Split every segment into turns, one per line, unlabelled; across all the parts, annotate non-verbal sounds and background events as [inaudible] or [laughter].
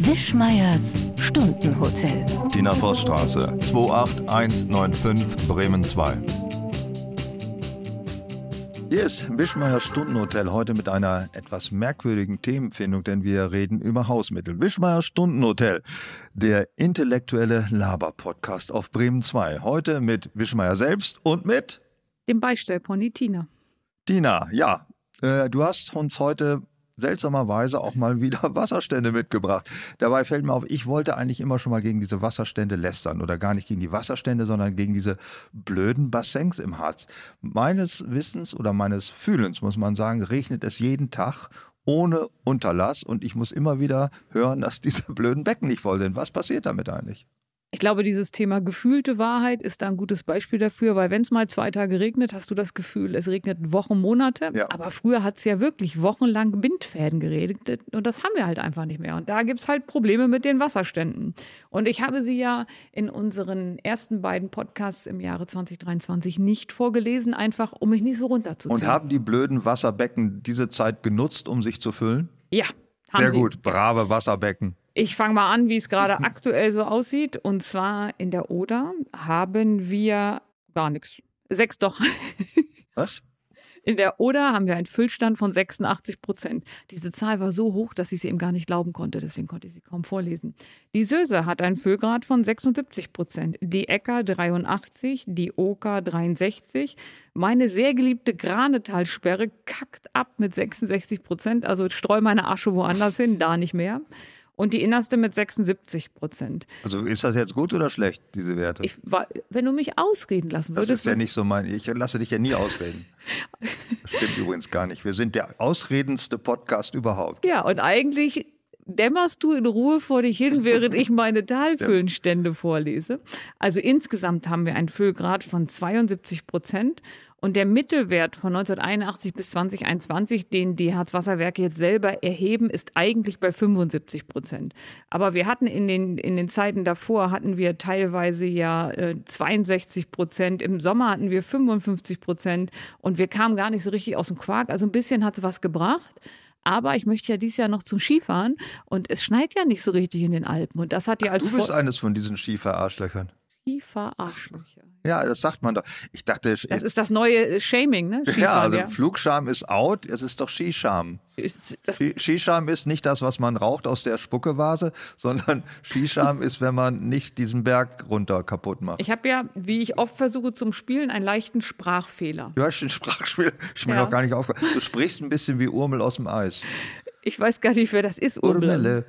Wischmeiers Stundenhotel.
Tina Vossstraße, 28195 Bremen 2. Hier ist Wischmeier Stundenhotel heute mit einer etwas merkwürdigen Themenfindung, denn wir reden über Hausmittel. Wischmeier Stundenhotel, der intellektuelle Laber-Podcast auf Bremen 2. Heute mit Wischmeier selbst und mit
Dem Beistellpony Tina.
Tina. Ja, äh, du hast uns heute seltsamerweise auch mal wieder [laughs] Wasserstände mitgebracht. Dabei fällt mir auf, ich wollte eigentlich immer schon mal gegen diese Wasserstände lästern oder gar nicht gegen die Wasserstände, sondern gegen diese blöden Bassins im Harz. Meines Wissens oder meines Fühlens, muss man sagen, regnet es jeden Tag ohne Unterlass und ich muss immer wieder hören, dass diese [laughs] blöden Becken nicht voll sind. Was passiert damit eigentlich?
Ich glaube, dieses Thema gefühlte Wahrheit ist da ein gutes Beispiel dafür, weil wenn es mal zwei Tage regnet, hast du das Gefühl, es regnet Wochen, Monate.
Ja.
Aber früher hat es ja wirklich wochenlang Bindfäden geregnet und das haben wir halt einfach nicht mehr. Und da gibt es halt Probleme mit den Wasserständen. Und ich habe sie ja in unseren ersten beiden Podcasts im Jahre 2023 nicht vorgelesen, einfach um mich nicht so runterzuziehen.
Und haben die blöden Wasserbecken diese Zeit genutzt, um sich zu füllen?
ja, haben
Sehr
sie.
gut, brave Wasserbecken.
Ich fange mal an, wie es gerade [laughs] aktuell so aussieht. Und zwar in der Oder haben wir gar nichts. Sechs doch.
Was?
In der Oder haben wir einen Füllstand von 86 Prozent. Diese Zahl war so hoch, dass ich sie eben gar nicht glauben konnte. Deswegen konnte ich sie kaum vorlesen. Die Söse hat einen Füllgrad von 76 Prozent. Die Äcker 83, die Oker 63. Meine sehr geliebte Granetalsperre kackt ab mit 66 Prozent. Also streu meine Asche woanders hin, da nicht
[laughs]
mehr. Und die innerste mit 76 Prozent.
Also ist das jetzt gut oder schlecht, diese Werte?
Ich, war- wenn du mich ausreden lassen
Das
würdest,
ist ja
wür-
nicht so mein. Ich lasse dich ja nie
[laughs]
ausreden. Das stimmt übrigens gar nicht. Wir sind der ausredendste Podcast überhaupt.
Ja, und eigentlich dämmerst du in Ruhe vor dich hin, während ich meine Talfüllenstände vorlese. Also insgesamt haben wir einen Füllgrad von 72 Prozent. Und der Mittelwert von 1981 bis 2021, den die Harzwasserwerke jetzt selber erheben, ist eigentlich bei 75 Prozent. Aber wir hatten in den, in den Zeiten davor, hatten wir teilweise ja äh, 62 Prozent, im Sommer hatten wir 55 Prozent und wir kamen gar nicht so richtig aus dem Quark. Also ein bisschen hat es was gebracht. Aber ich möchte ja dieses Jahr noch zum Skifahren und es schneit ja nicht so richtig in den Alpen. Und das hat ja als
Du bist
Vor-
eines von diesen Schiefer-Arschlöchern.
Skifahrarschlöcher.
Ja, das sagt man doch. Ich dachte,
Das
jetzt,
ist das neue äh, Shaming, ne?
ja,
Skifahren,
also
ja.
Flugscham ist out, es ist doch Skischam.
Ist das,
Ski- Skischam ist nicht das, was man raucht aus der Spuckevase, [laughs] sondern Skischam ist, wenn man nicht diesen Berg runter kaputt macht.
ich habe ja, wie ich oft versuche zum Spielen, einen leichten Sprachfehler.
Du hast den Sprachspiel, ich bin
Ja.
noch gar nicht aufgefallen. Du sprichst ein bisschen wie Urmel aus dem Eis.
Ich weiß gar nicht, wer das ist.
Urmele.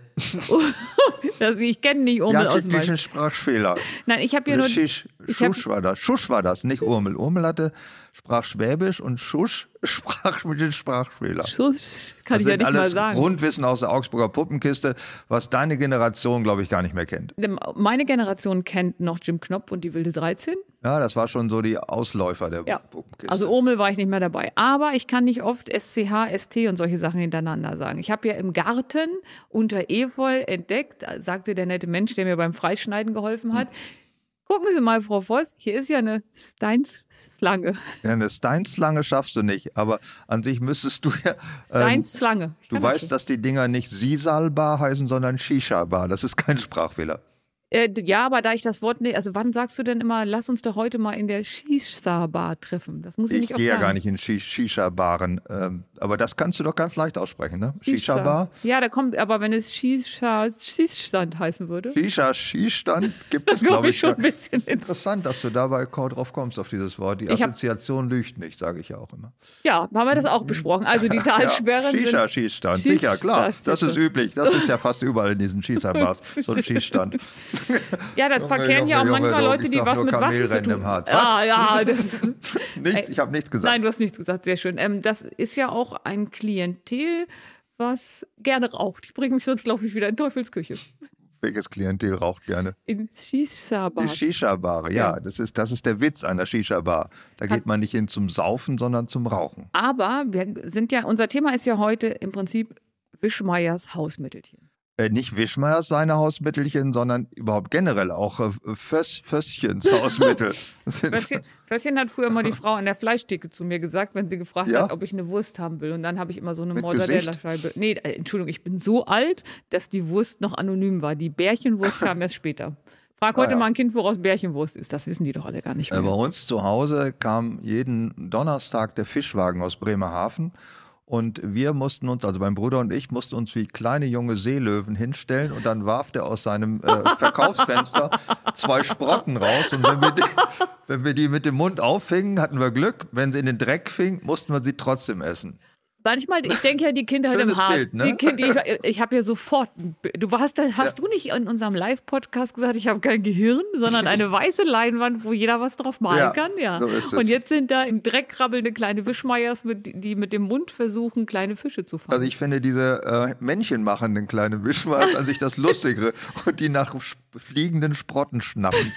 Das, ich kenne nicht Urmel
Ja,
aus
schick
dem
dich
Wald.
einen Sprachfehler.
Nein, ich habe ja
Oder
nur.
Schisch.
ich hab-
Schusch war das. Schusch war das, nicht Urmel. Urmel hatte, sprach Schwäbisch und Schusch [laughs] sprach mit den Sprachfehler.
Schuss, kann
Das
ich ja
sind
nicht mal
alles
sagen.
Grundwissen aus der Augsburger Puppenkiste, was deine Generation, glaube ich, gar nicht mehr kennt.
Meine Generation kennt noch Jim Knopf und die Wilde 13.
Ja, das war schon so die Ausläufer der
Ja.
Puppenkiste.
Also Omel war ich nicht mehr dabei. Aber ich kann nicht oft SCH, ST und solche Sachen hintereinander sagen. Ich habe ja im Garten unter Efeu entdeckt, äh, sagte der nette Mensch, der mir beim Freischneiden geholfen
Hm.
hat. Gucken Sie mal, Frau Voss, hier ist ja eine Steinsschlange.
ja, eine Steinslange schaffst du nicht, aber an sich müsstest du ja. Ähm,
Steinsschlange. Ich
du
kann
weißt,
das
dass die Dinger nicht Sisalbar heißen, sondern Shisha-Bar. Das ist kein Sprachfehler.
nicht. Äh, ja, aber da ich das Wort nicht, also wann sagst du denn immer, lass uns doch heute mal in der Shisha-Bar treffen? Das muss ich,
Ich
nicht oft
gehe ja
sagen.
gar nicht in Shi- Shisha-Baren. Ähm, aber das kannst du doch ganz leicht aussprechen, ne?
Shisha.
Shisha-Bar.
Ja, da kommt, aber wenn es Shisha, Shisha heißen würde,
Shisha, Skistand gibt
[laughs]
es,
das glaube
glaube
ich schon ein bisschen ins
Interessant, dass du dabei kaum drauf kommst, auf dieses Wort. Die
Ich hab-
Assoziation lügt nicht, sage ich ja auch immer.
Ja, haben wir das auch besprochen. Also die
Mhm. [laughs] Ja,
Talsperren
Shisha,
sind.
Schießstand,
Shisha,
sicher, klar. Das ist
sicher.
üblich. Das ist ja fast überall in diesen
[laughs]
Schießerbars, so ein Schießstand.
Ja, da verkehren ja auch
Junge,
manchmal
Junge,
Leute,
ich
die
sag
was
nur
mit Waffen zu
Kamelrennen
tun.
im Harz. Was? [laughs]
Ah, ja, das,
Nicht, ich habe nichts gesagt.
nein, du hast nichts gesagt, sehr schön. Ähm, das ist ja auch ein Klientel, was gerne raucht. Ich bringe mich sonst glaube ich wieder in Teufelsküche.
Welches Klientel raucht gerne?
In
Die
Shisha-Bars.
Shisha-Bar, ja,
Ja.
Das, ist, das ist der Witz einer Shisha-Bar. Da geht man nicht hin zum Saufen, sondern zum Rauchen.
Aber wir sind ja, unser Thema ist ja heute im Prinzip Wischmeiers Hausmittelchen.
äh, nicht Wischmeiers seine Hausmittelchen, sondern überhaupt generell auch äh, Föss, Fösschens Hausmittel. sind's.
Fösschen, Fösschen hat
[laughs]
früher mal die Frau an der Fleischtheke zu mir gesagt, wenn sie gefragt
Ja?
hat, ob ich eine Wurst haben will. Und dann habe ich immer so eine
Mit
Mortadella-Scheibe. Nee, äh, Entschuldigung, ich bin so alt, dass die Wurst noch anonym war. Die
[laughs]
Bärchenwurst kam erst später. Frag heute
Ah, ja.
mal ein Kind, woraus Bärchenwurst ist. Das wissen die doch alle gar nicht
Äh,
mehr.
Bei uns zu Hause kam jeden Donnerstag der Fischwagen aus Bremerhaven. Und wir mussten uns, also mein Bruder und ich, mussten uns wie kleine junge Seelöwen hinstellen und dann warf der aus seinem äh, Verkaufsfenster zwei Sprotten raus. Und wenn wir, die, [laughs] wenn wir die mit dem Mund auffingen, hatten wir Glück. Wenn sie in den Dreck fing, mussten wir sie trotzdem essen.
Manchmal, ich denke ja, die Kinder halt im
Schönes
Harz.
Bild, ne?
die kind, ich ich habe ja sofort, ein Bi- du hast, da- hast du nicht in unserem Live-Podcast gesagt, ich habe kein Gehirn,
[laughs]
sondern eine weiße Leinwand, wo jeder was drauf malen
Ja,
kann? Ja.
so ist es.
Und jetzt sind da im Dreck krabbelnde kleine Wischmeiers, mit, die mit dem Mund versuchen, kleine Fische zu fangen.
Also ich finde diese äh, männchenmachenden kleinen Wischwas an sich
[laughs]
das Lustigere und die nach sp- fliegenden Sprotten schnappen.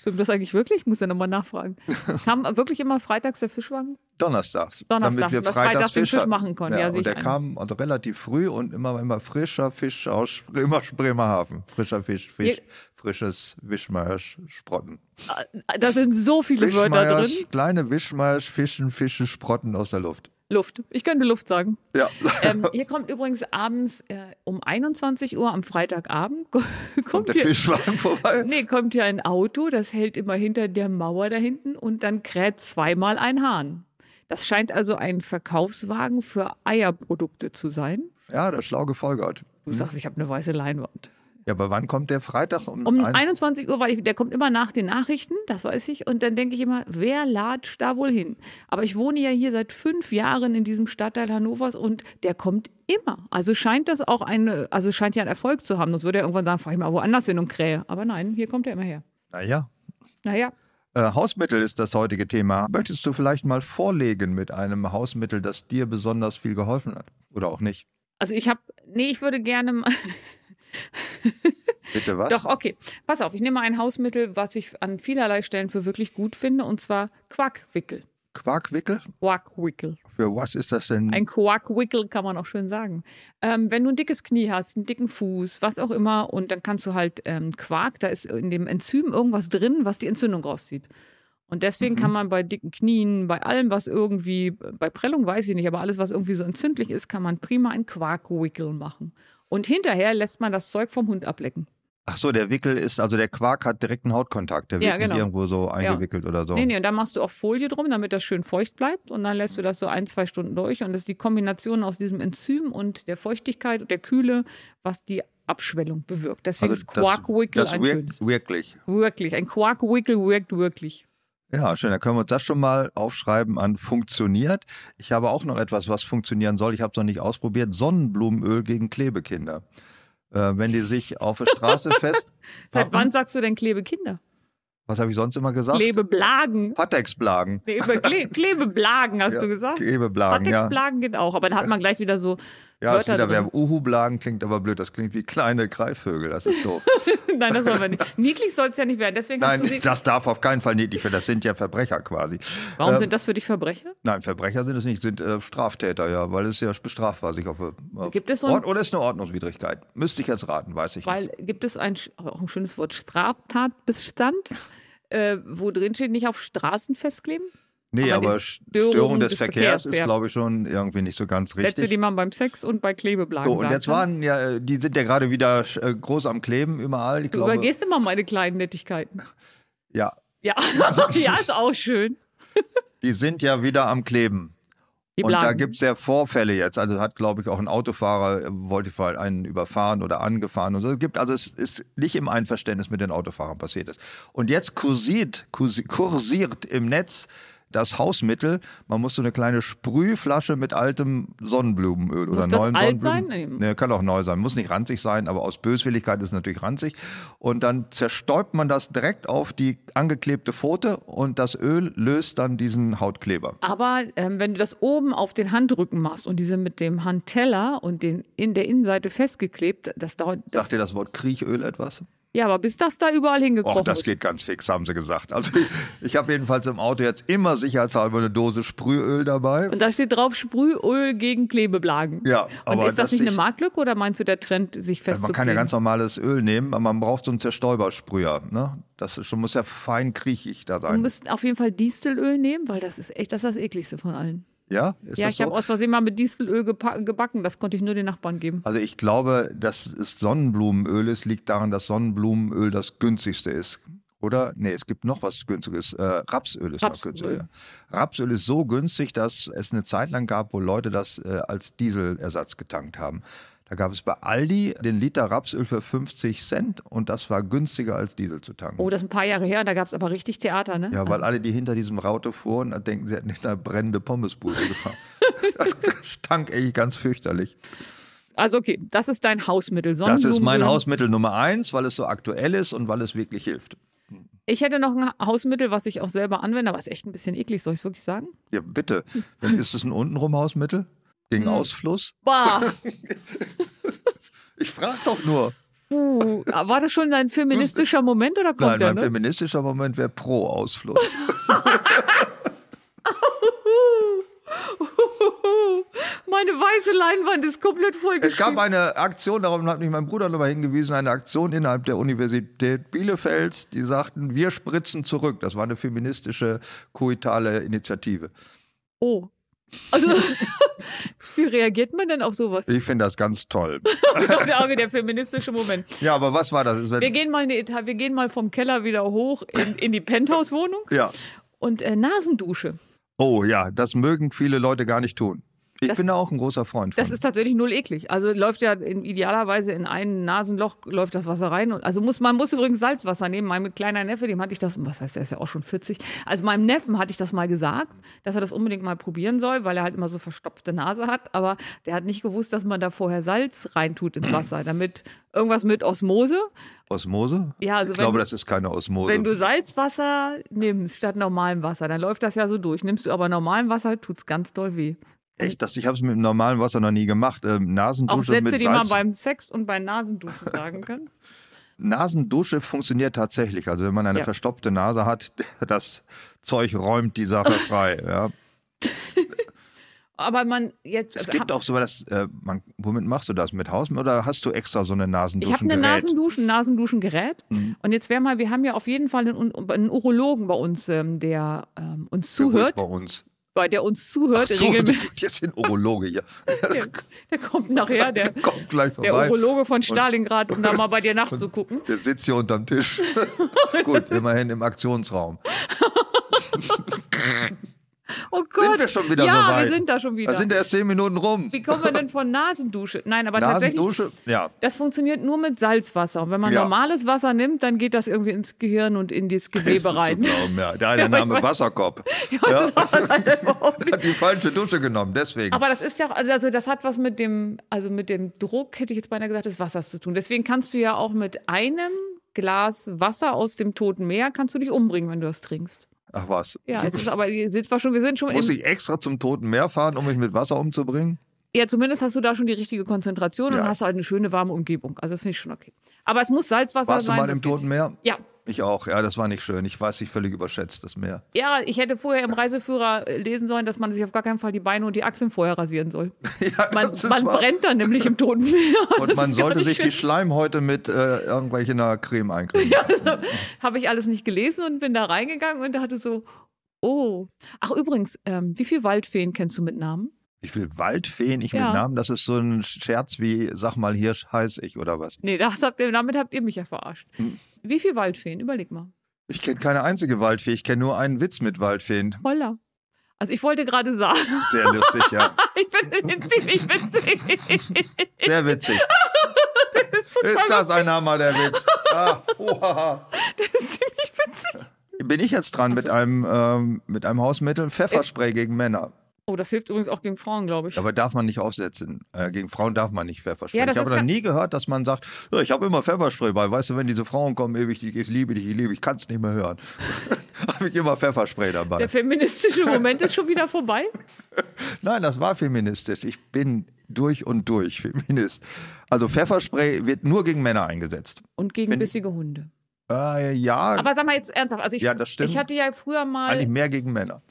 Stimmt das eigentlich wirklich? Ich muss ja
[laughs]
nochmal nachfragen. Kam wirklich immer freitags der Fischwagen?
Donnerstags,
Donnerstag,
damit wir
dass
freitags,
freitags den Fisch
hatten.
machen konnten. Ja,
Ja,
sehe
und
ich
der
ein.
kam also relativ früh und immer, immer frischer Fisch aus Bremer, Bremerhaven. Frischer Fisch, Fisch,
Ihr-
frisches Wischmeiers, Sprotten.
Ah, Da sind so viele Wörter drin.
Wischmeiers, kleine Wischmeiers, Fischen, Fische, Sprotten aus der Luft.
Luft. Ich könnte
[laughs]
Luft sagen.
Ja,
Ähm, hier kommt übrigens abends äh, um 21 Uhr am Freitagabend
und
kommt
der
hier,
Fischwagen vorbei.
Nee, kommt hier ein Auto, das hält immer hinter der Mauer da hinten und dann kräht zweimal ein Hahn. Das scheint also ein Verkaufswagen für Eierprodukte zu sein.
Ja, der schlau gefolgert.
Du sagst, ich habe eine weiße Leinwand.
Ja, aber wann kommt der Freitag? Um,
Um
ein-
21 Uhr, weil ich, der kommt immer nach den Nachrichten, das weiß ich. Und dann denke ich immer, wer latscht da wohl hin? Aber ich wohne ja hier seit fünf Jahren in diesem Stadtteil Hannovers und der kommt immer. Also scheint das auch eine, also scheint ja einen Erfolg zu haben. Sonst würde er irgendwann sagen, fahr ich mal woanders hin und krähe. Aber nein, hier kommt er immer her.
Naja.
Naja,
Äh, Hausmittel ist das heutige Thema. Möchtest du vielleicht mal vorlegen mit einem Hausmittel, das dir besonders viel geholfen hat? Oder auch nicht?
also ich habe, nee, ich würde gerne, mal-
Bitte was?
doch, okay. Pass auf, ich nehme mal ein Hausmittel, was ich an vielerlei Stellen für wirklich gut finde und zwar Quackwickel.
Quarkwickel?
Quackwickel.
Für was ist das denn?
Ein Quackwickel kann man auch schön sagen. Ähm, wenn du ein dickes Knie hast, einen dicken Fuß, was auch immer, und dann kannst du halt ähm, Quark, da ist in dem Enzym irgendwas drin, was die Entzündung rauszieht. Und deswegen kann man bei dicken Knien, bei allem, was irgendwie, bei Prellung weiß ich nicht, aber alles, was irgendwie so entzündlich ist, kann man prima ein Quarkwickel machen. Und hinterher lässt man das Zeug vom Hund ablecken.
Ach so, der Wickel ist, also der Quark hat direkten Hautkontakt. Der wird
Ja,
nicht
genau.
irgendwo so eingewickelt oder so.
Nee, nee, und dann machst du auch Folie drum, damit das schön feucht bleibt. Und dann lässt du das so ein, zwei Stunden durch. Und das ist die Kombination aus diesem Enzym und der Feuchtigkeit und der Kühle, was die Abschwellung bewirkt. Deswegen
Also
ist Quarkwickel
das
ein
wirkt
schönes.
wirklich.
Wirklich, ein Quarkwickel wirkt wirklich.
Ja, schön. Dann können wir uns das schon mal aufschreiben an funktioniert. Ich habe auch noch etwas, was funktionieren soll. Ich habe es noch nicht ausprobiert. Sonnenblumenöl gegen Klebekinder. Äh, wenn die sich auf der Straße
[laughs]
fest.
Seit wann sagst du denn Klebekinder?
Was habe ich sonst immer gesagt?
Klebeblagen.
Patexblagen.
Nee,
[laughs]
über Kle Klebeblagen hast
Ja,
du gesagt.
Klebeblagen, ja.
Latexblagen geht auch, aber dann hat man gleich wieder so
Ja, ist
Wörter
wieder
drin.
Verb. Uhu-Blagen klingt aber blöd. Das klingt wie kleine Greifvögel. Das ist doof.
[laughs] Nein, [laughs] das wollen wir nicht. Niedlich soll es ja nicht werden. Deswegen hast du
Nein,
sie.
das darf auf keinen Fall niedlich werden. Das sind ja Verbrecher quasi.
Warum
ähm,
sind das für dich Verbrecher?
Nein, Verbrecher sind es nicht, sind äh, Straftäter, ja, weil es ist ja bestrafbar, sich auf, auf
Gibt es so ein-
Ort oder ist eine Ordnungswidrigkeit? Müsste ich jetzt raten, weiß ich
Weil
nicht.
gibt es ein, sch- auch ein schönes Wort, Straftatbestand, äh, wo drin steht, nicht auf Straßen festkleben?
Nee,
aber
aber,
die
Störung,
Störung
des,
des
Verkehrs,
Verkehrs,
ist,
ja.
glaube ich, schon irgendwie nicht so ganz
Letzte, die
richtig.
man beim Sex und bei Klebeblagen
So, und
sagt,
jetzt
ne?
waren ja, äh, die sind ja gerade wieder äh, groß am Kleben überall. Ich
Du
glaube,
übergehst immer meine kleinen Nettigkeiten.
ja,
Ja, [laughs] ja ist auch schön.
die sind ja wieder am Kleben.
Die
Und da
Blagen.
gibt es ja Vorfälle jetzt. Also hat, glaube ich, auch ein Autofahrer äh, wollte vor einen überfahren oder angefahren und so. Es gibt also es ist nicht im Einverständnis mit den Autofahrern passiert ist. Und jetzt kursiert, kursi- kursiert im Netz das Hausmittel. Man muss so eine kleine Sprühflasche mit altem Sonnenblumenöl oder
Muss das
neuem
alt
Sonnenblumen.
sein?
Nee, kann auch neu sein, muss nicht ranzig sein, aber aus Böswilligkeit ist es natürlich ranzig. Und dann zerstäubt man das direkt auf die angeklebte Pfote und das Öl löst dann diesen Hautkleber.
Aber ähm, wenn du das oben auf den Handrücken machst und diese mit dem Handteller und den in der Innenseite festgeklebt, das dauert. Das,
Sagt dir das Wort Kriechöl etwas?
Ja, aber bis das da überall hingekommen
Och, das geht ganz fix, haben sie gesagt. Also ich, ich habe jedenfalls im Auto jetzt immer sicherheitshalber eine Dose Sprühöl dabei.
Und da steht drauf Sprühöl gegen Klebeblagen.
Ja,
Und
aber
ist das,
das
nicht eine
ich-
Marktlücke oder meinst du der Trend, sich
Also
festzukleben?
man kann ja ganz normales Öl nehmen, aber man braucht so einen Zerstäubersprüher. Ne? Das ist schon, muss ja fein kriechig da
Du
sein.
musst auf jeden Fall Distelöl nehmen, weil das ist echt das, ist das ekligste von allen.
Ja, ist
ja,
das
ich
so?
habe aus Versehen mal mit Distelöl gepa- gebacken, das konnte ich nur den Nachbarn geben.
Also ich glaube, dass es Sonnenblumenöl ist, liegt daran, dass Sonnenblumenöl das günstigste ist. Oder? Nee, es gibt noch was günstiges. Äh, Rapsöl ist
Rapsöl.
noch günstiger. Rapsöl ist so günstig, dass es eine Zeit lang gab, wo Leute das äh, als Dieselersatz getankt haben. Da gab es bei Aldi den Liter Rapsöl für 50 Cent und das war günstiger als Diesel zu tanken.
Oh, das ist ein paar Jahre her, da gab es aber richtig Theater, ne?
Ja, weil alle, die hinter diesem Auto fuhren, denken, sie hätten hinter brennende Pommesbude
[laughs]
gefahren. Das stank echt ganz fürchterlich.
Also okay, das ist dein Hausmittel.
Das ist mein
Sonnenblumenöl.
Hausmittel Nummer eins, weil es so aktuell ist und weil es wirklich hilft.
Ich hätte noch ein Hausmittel, was ich auch selber anwende, aber ist echt ein bisschen eklig, soll ich es wirklich sagen?
Ja, bitte.
[laughs]
Ist es ein untenrum Hausmittel? Gegen
Hm.
Ausfluss? [laughs]
Bah!
Ich frage doch nur.
Uh, war das schon dein feministischer Moment oder kommt
Nein,
der ne?
mein
noch?
feministischer Moment wäre pro Ausfluss.
[laughs] Meine weiße Leinwand ist komplett
Es
vollgeschrieben.
gab eine Aktion, darum hat mich mein Bruder nochmal hingewiesen, eine Aktion innerhalb der Universität Bielefelds, die sagten, wir spritzen zurück. Das war eine feministische, koitale Initiative.
Oh. Also, [laughs] wie reagiert man denn auf sowas?
Ich finde das ganz toll.
[laughs] Auge, der feministische Moment.
Ja, aber was war das? Ist
Wir
jetzt,
gehen mal, eine Eta wir gehen mal vom Keller wieder hoch in, in die Penthouse-Wohnung
ja.
und äh, Nasendusche.
Oh ja, das mögen viele Leute gar nicht tun. Ich
Das-
bin da auch ein großer Freund von.
Das ist tatsächlich null eklig. Also läuft ja in, idealerweise in ein Nasenloch läuft das Wasser rein. Und, also muss man muss übrigens Salzwasser nehmen. Mein kleiner Neffe, dem hatte ich das, was heißt, der ist ja auch schon 40. Also meinem Neffen hatte ich das mal gesagt, dass er das unbedingt mal probieren soll, weil er halt immer so verstopfte Nase hat. Aber der hat nicht gewusst, dass man da vorher Salz reintut ins Wasser, damit irgendwas mit Osmose.
Osmose?
Ja, also
ich glaube,
wenn-
das ist keine Osmose.
Wenn du Salzwasser nimmst statt normalem Wasser, dann läuft das ja so durch. Nimmst du aber normalem Wasser, tut's ganz doll weh.
Echt, das, ich habe es mit normalem Wasser noch nie gemacht. Ähm,
Auch
Nasendusche
Sätze,
mit
die man
Salz.
beim Sex und bei Nasenduschen sagen kann.
Nasendusche funktioniert tatsächlich. Also wenn man eine
Ja.
verstopfte Nase hat, [laughs] das Zeug räumt die
[laughs]
Sache frei. ja.
Aber man jetzt. also
Es gibt auch so das, äh, man, womit machst du das? Mit Hausmittel oder hast du extra so eine
ich habe eine
Nasenduschengerät?
Nasenduschen, Nasenduschengerät.
Mhm.
Und jetzt wäre mal, wir haben ja auf jeden Fall einen, Un- einen Urologen bei uns, ähm, der ähm, uns
Der ist
zuhört,
bei uns.
bei der uns zuhört
so, [laughs]
regelmäßig.
jetzt sind Urologe
[laughs]
hier.
Der, der kommt nachher, der,
[laughs] Kommt gleich
der
vorbei.
Urologe von Stalingrad, um da mal bei dir nachzugucken.
Der sitzt hier unterm Tisch.
[laughs]
Gut, immerhin im Aktionsraum.
Oh Gott.
Sind wir schon wieder
ja,
so weit? Also
wir sind da schon wieder.
Da sind erst zehn Minuten rum.
Wie kommen wir denn von Nasendusche? Nein, aber tatsächlich.
Nasendusche? Ja.
Das funktioniert nur mit Salzwasser. Und wenn man
Ja.
normales Wasser nimmt, dann geht das irgendwie ins Gehirn und in das
Ist es
Gewebe
zu
rein.
glauben, ja. Der eine Name Wasserkopf. Ja.
[laughs] Das war leider überhaupt nicht.
Hat die falsche Dusche genommen, deswegen.
Aber das ist ja, auch- also das hat was mit dem, also mit dem Druck, hätte ich jetzt beinahe gesagt, des Wassers zu tun. Deswegen kannst du ja auch mit einem Glas Wasser aus dem Toten Meer, kannst du dich umbringen, wenn du das trinkst.
Ach was.
Ja, es ist aber, ihr seht zwar schon, wir sind
[laughs]
schon
Muss
im,
ich extra zum Toten Meer fahren, um mich mit Wasser umzubringen?
ja zumindest hast du da schon die richtige Konzentration und
Ja.
hast halt eine schöne warme Umgebung. Also das finde ich schon okay. Aber es muss Salzwasser
Warst du
sein.
mal
das
im
geht.
Toten Meer?
Ja.
Ich auch, ja, das war nicht schön. Ich weiß, ich völlig überschätzt das Meer. [laughs]
Ja, ich hätte vorher im Reiseführer äh, lesen sollen, dass man sich auf gar keinen Fall die Beine und die Achseln vorher rasieren soll.
Ja, [laughs]
Man,
das ist
man
wahr.
brennt dann nämlich im Toten Meer.
Und man
ist gar
sollte
nicht
sich
schön.
die Schleimhäute mit äh, irgendwelcher Creme
[laughs]
eincremen.
habe ich alles nicht gelesen und bin da reingegangen und dachte so, oh. Ach übrigens, ähm, wie viel Waldfeen kennst du mit Namen?
Ich will Waldfeen, ich will
Ja.
Namen. Das ist so ein Scherz wie, sag mal, Hirsch heiß ich oder was.
Nee, das habt ihr, damit habt ihr mich ja verarscht.
Hm.
Wie viel Waldfeen? Überleg mal.
Ich kenne keine einzige Waldfee, ich kenne nur einen Witz mit Waldfeen.
Holla. Also ich wollte gerade sagen, [laughs]
Sehr lustig, ja.
ich bin jetzt ziemlich witzig.
[laughs] Sehr
[laughs]
witzig. Ist das ein Hammer, der Witz? Ah, uhaha.
Das ist ziemlich witzig. Also Äh,
Bin ich jetzt dran mit einem, ähm, mit einem Hausmittel? Pfefferspray gegen Männer.
Oh, das hilft übrigens auch gegen Frauen, glaube ich.
Aber darf man nicht aufsetzen. Äh, gegen Frauen darf man nicht Pfefferspray.
Ja, das
ich habe
ist
noch
gar-
nie gehört, dass man sagt, "Ja, ich habe immer Pfefferspray bei. Weißt du, wenn diese Frauen kommen, ewig, ich liebe dich, ich liebe, ich kann es nicht mehr hören. [laughs] habe ich immer Pfefferspray dabei.
Der feministische Moment ist schon wieder vorbei.
Nein, das war feministisch. Ich bin durch und durch Feminist. Also Pfefferspray wird nur gegen Männer eingesetzt.
Und gegen
Wenn-
bissige Hunde.
Äh, ja,
Aber sag mal jetzt ernsthaft, also ich,
Ja, das stimmt.
ich hatte ja früher
eigentlich
mal,
mehr gegen Männer.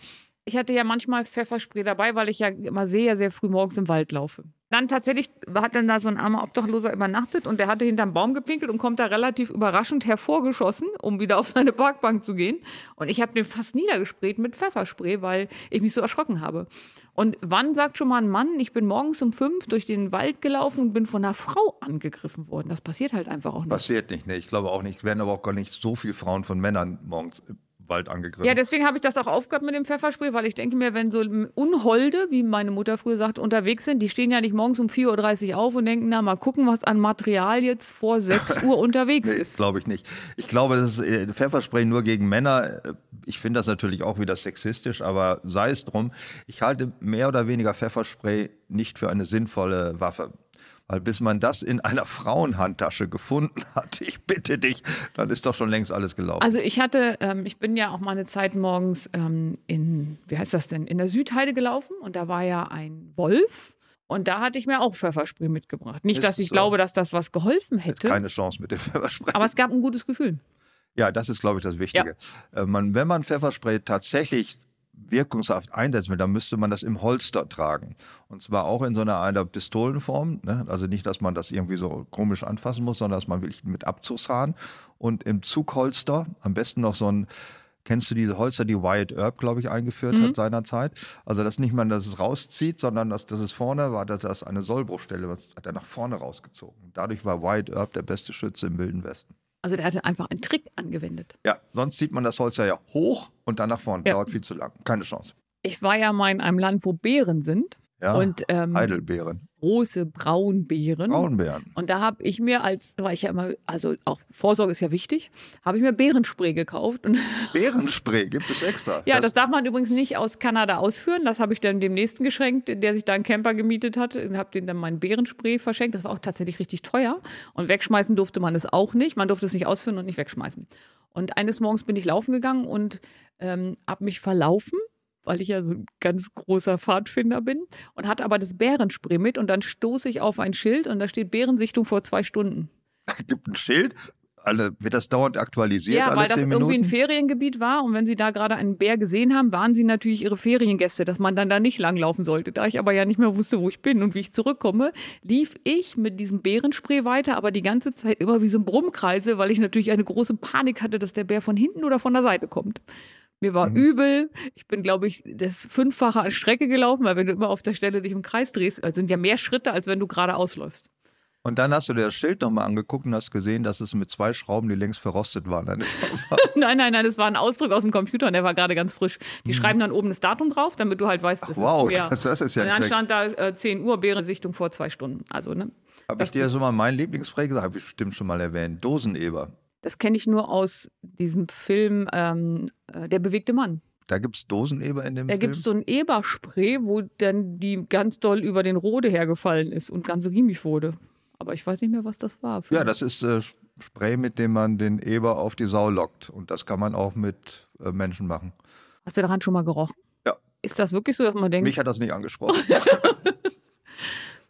ich hatte ja manchmal Pfefferspray dabei, weil ich ja immer sehr, sehr früh morgens im Wald laufe. Dann tatsächlich hat dann da so ein armer Obdachloser übernachtet und der hatte hinterm Baum gepinkelt und kommt da relativ überraschend hervorgeschossen, um wieder auf seine Parkbank zu gehen. Und ich habe den fast niedergesprayt mit Pfefferspray, weil ich mich so erschrocken habe. Und wann sagt schon mal ein Mann, ich bin morgens um fünf durch den Wald gelaufen und bin von einer Frau angegriffen worden? Das passiert halt einfach auch nicht.
Passiert nicht, ne? Ich glaube auch nicht. Werden aber auch gar nicht so viele Frauen von Männern morgens im Wald angegriffen.
Ja, deswegen habe ich das auch aufgehört mit dem Pfefferspray, weil ich denke mir, wenn so Unholde, wie meine Mutter früher sagt, unterwegs sind, die stehen ja nicht morgens um 4.30 Uhr auf und denken, na, mal gucken, was an Material jetzt vor 6
[laughs]
Uhr unterwegs
Nee,
ist.
glaube ich nicht. Ich glaube, das ist äh, Pfefferspray nur gegen Männer. Äh, Ich finde das natürlich auch wieder sexistisch, aber sei es drum. Ich halte mehr oder weniger Pfefferspray nicht für eine sinnvolle Waffe. Weil bis man das in einer Frauenhandtasche gefunden hat, [laughs] ich bitte dich, dann ist doch schon längst alles gelaufen.
Also ich hatte, ähm, ich bin ja auch mal eine Zeit morgens ähm, in, wie heißt das denn, in der Südheide gelaufen und da war ja ein Wolf und da hatte ich mir auch Pfefferspray mitgebracht. Nicht,
Ist
dass ich
so.
glaube, dass das was geholfen
Jetzt
hätte,
keine Chance mit dem Pfefferspray.
aber es gab ein gutes Gefühl.
Ja, das ist, glaube ich, das Wichtige. Äh, Man, wenn man Pfefferspray tatsächlich wirkungshaft einsetzen will, dann müsste man das im Holster tragen. Und zwar auch in so einer, einer Pistolenform. Ne? Also nicht, dass man das irgendwie so komisch anfassen muss, sondern dass man wirklich mit Abzugshahn und im Zugholster am besten noch so ein Kennst du diese Holster, die Wyatt Earp, glaube ich, eingeführt hat seinerzeit? Also, dass nicht man das rauszieht, sondern dass, dass es vorne war, dass das eine Sollbruchstelle, war, hat er nach vorne rausgezogen. Dadurch war Wyatt Earp der beste Schütze im Wilden Westen.
Also der hatte einfach einen Trick angewendet.
Ja, sonst zieht man das Holz ja hoch und dann nach vorne.
Ja.
Dauert viel zu lang. Keine Chance.
Ich war ja mal in einem Land, wo Bären sind.
Ja.
Und ähm, hm?
Heidelbeeren,
große Braunbeeren.
Braunbeeren.
Und da habe ich mir als, weil ich ja immer, also auch Vorsorge ist ja wichtig, habe ich mir Bärenspray gekauft. Und
Bärenspray gibt es extra.
ja, das, darf man übrigens nicht aus Kanada ausführen. Das habe ich dann dem nächsten geschenkt, der sich da einen Camper gemietet hat und habe dem dann meinen Bärenspray verschenkt. Das war auch tatsächlich richtig teuer. Und wegschmeißen durfte man es auch nicht. Man durfte es nicht ausführen und nicht wegschmeißen. Und eines Morgens bin ich laufen gegangen und ähm, habe mich verlaufen weil ich ja so ein ganz großer Pfadfinder bin und hatte aber das Bärenspray mit und dann stoße ich auf ein Schild und da steht Bärensichtung vor zwei Stunden.
gibt ein Schild. Alle, wird das dauernd aktualisiert,
Ja,
alle
weil das
zehn
irgendwie ein
Minuten.
Feriengebiet war und wenn sie da gerade einen Bär gesehen haben, waren sie natürlich ihre Feriengäste, dass man dann da nicht langlaufen sollte. Da ich aber ja nicht mehr wusste, wo ich bin und wie ich zurückkomme, lief ich mit diesem Bärenspray weiter, aber die ganze Zeit immer wie so ein Brummkreise, weil ich natürlich eine große Panik hatte, dass der Bär von hinten oder von der Seite kommt. Mir
Mhm.
war übel. Ich bin, glaube ich, das Fünffache an Strecke gelaufen, weil wenn du immer auf der Stelle dich im Kreis drehst, also sind ja mehr Schritte, als wenn du geradeaus läufst.
Und dann hast du dir das Schild nochmal angeguckt und hast gesehen, dass es mit zwei Schrauben, die längst verrostet waren. Dann
[laughs]
ist-
Nein, nein, nein, das war ein Ausdruck aus dem Computer und der war gerade ganz frisch. Die schreiben dann oben das Datum drauf, damit du halt weißt, das
Hm. wow,
ist
das, das ist ja
und
ein
dann
Trick.
stand da äh, 10 Uhr Bärensichtung vor zwei Stunden. Also, ne?
Habe ich dir schon mal meinen Lieblingsspray gesagt? Habe ich bestimmt schon mal erwähnt. Doseneber.
Das kenne ich nur aus diesem Film ähm, äh, Der bewegte Mann.
Da gibt es Doseneber in dem
Da
Film.
gibt es so ein Eberspray, wo dann die ganz doll über den Rode hergefallen ist und ganz riemig wurde. Aber ich weiß nicht mehr, was das war.
Ja, das ist äh, Spray, mit dem man den Eber auf die Sau lockt. Und das kann man auch mit äh, Menschen machen.
Hast du daran schon mal gerochen?
Ja.
Ist das wirklich so, dass man denkt,
Mich hat das nicht
[laughs]
angesprochen.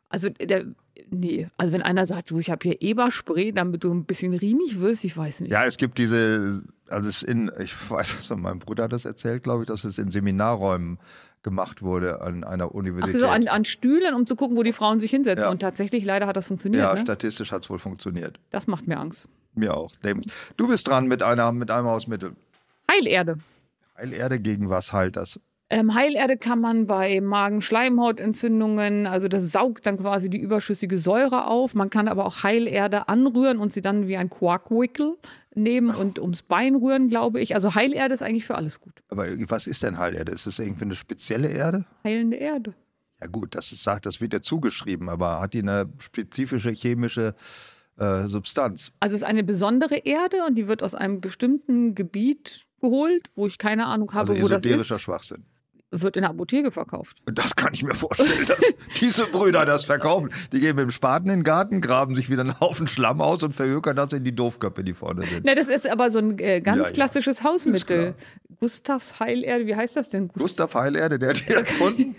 Also der, nee, also wenn einer sagt, du, ich habe hier Eberspray, damit du ein bisschen riemig wirst, ich weiß nicht.
ja, es gibt diese, also es in, ich weiß es, noch, mein Bruder hat das erzählt, glaube ich, dass es in Seminarräumen gemacht wurde an einer
Ach,
Universität.
so an, an Stühlen, um zu gucken, wo die Frauen sich hinsetzen.
Ja.
Und tatsächlich, leider hat das funktioniert.
ja,
ne?
statistisch hat es wohl funktioniert.
Das macht mir Angst.
Mir auch. Nämlich, Du bist dran mit einer, mit einem Hausmittel.
Heilerde.
Heilerde gegen was halt das?
Ähm, Heilerde kann man bei Magen-Schleimhautentzündungen, also das saugt dann quasi die überschüssige Säure auf. Man kann aber auch Heilerde anrühren und sie dann wie ein Quarkwickel nehmen und ums Bein rühren, glaube ich. Also Heilerde ist eigentlich für alles gut.
Aber was ist denn Heilerde? Ist das irgendwie eine spezielle Erde?
Heilende Erde.
Ja gut, das ist, sagt, das wird dir zugeschrieben, aber hat die eine spezifische chemische äh, Substanz?
Also es ist eine besondere Erde und die wird aus einem bestimmten Gebiet geholt, wo ich keine Ahnung habe,
also
wo das
esoterischer
ist.
Schwachsinn.
wird in der Apotheke verkauft.
Das kann ich mir vorstellen,
[laughs]
dass diese Brüder das verkaufen. Die gehen mit dem Spaten in den Garten, graben sich wieder einen Haufen Schlamm aus und verhökern das in die Doofköpfe, die vorne sind.
Na, das ist aber so ein äh, ganz
Ja, ja.
klassisches
klar.
Hausmittel. Gustavs Heilerde, wie heißt das denn? Gust-
Gustav Heilerde, der hat die erfunden.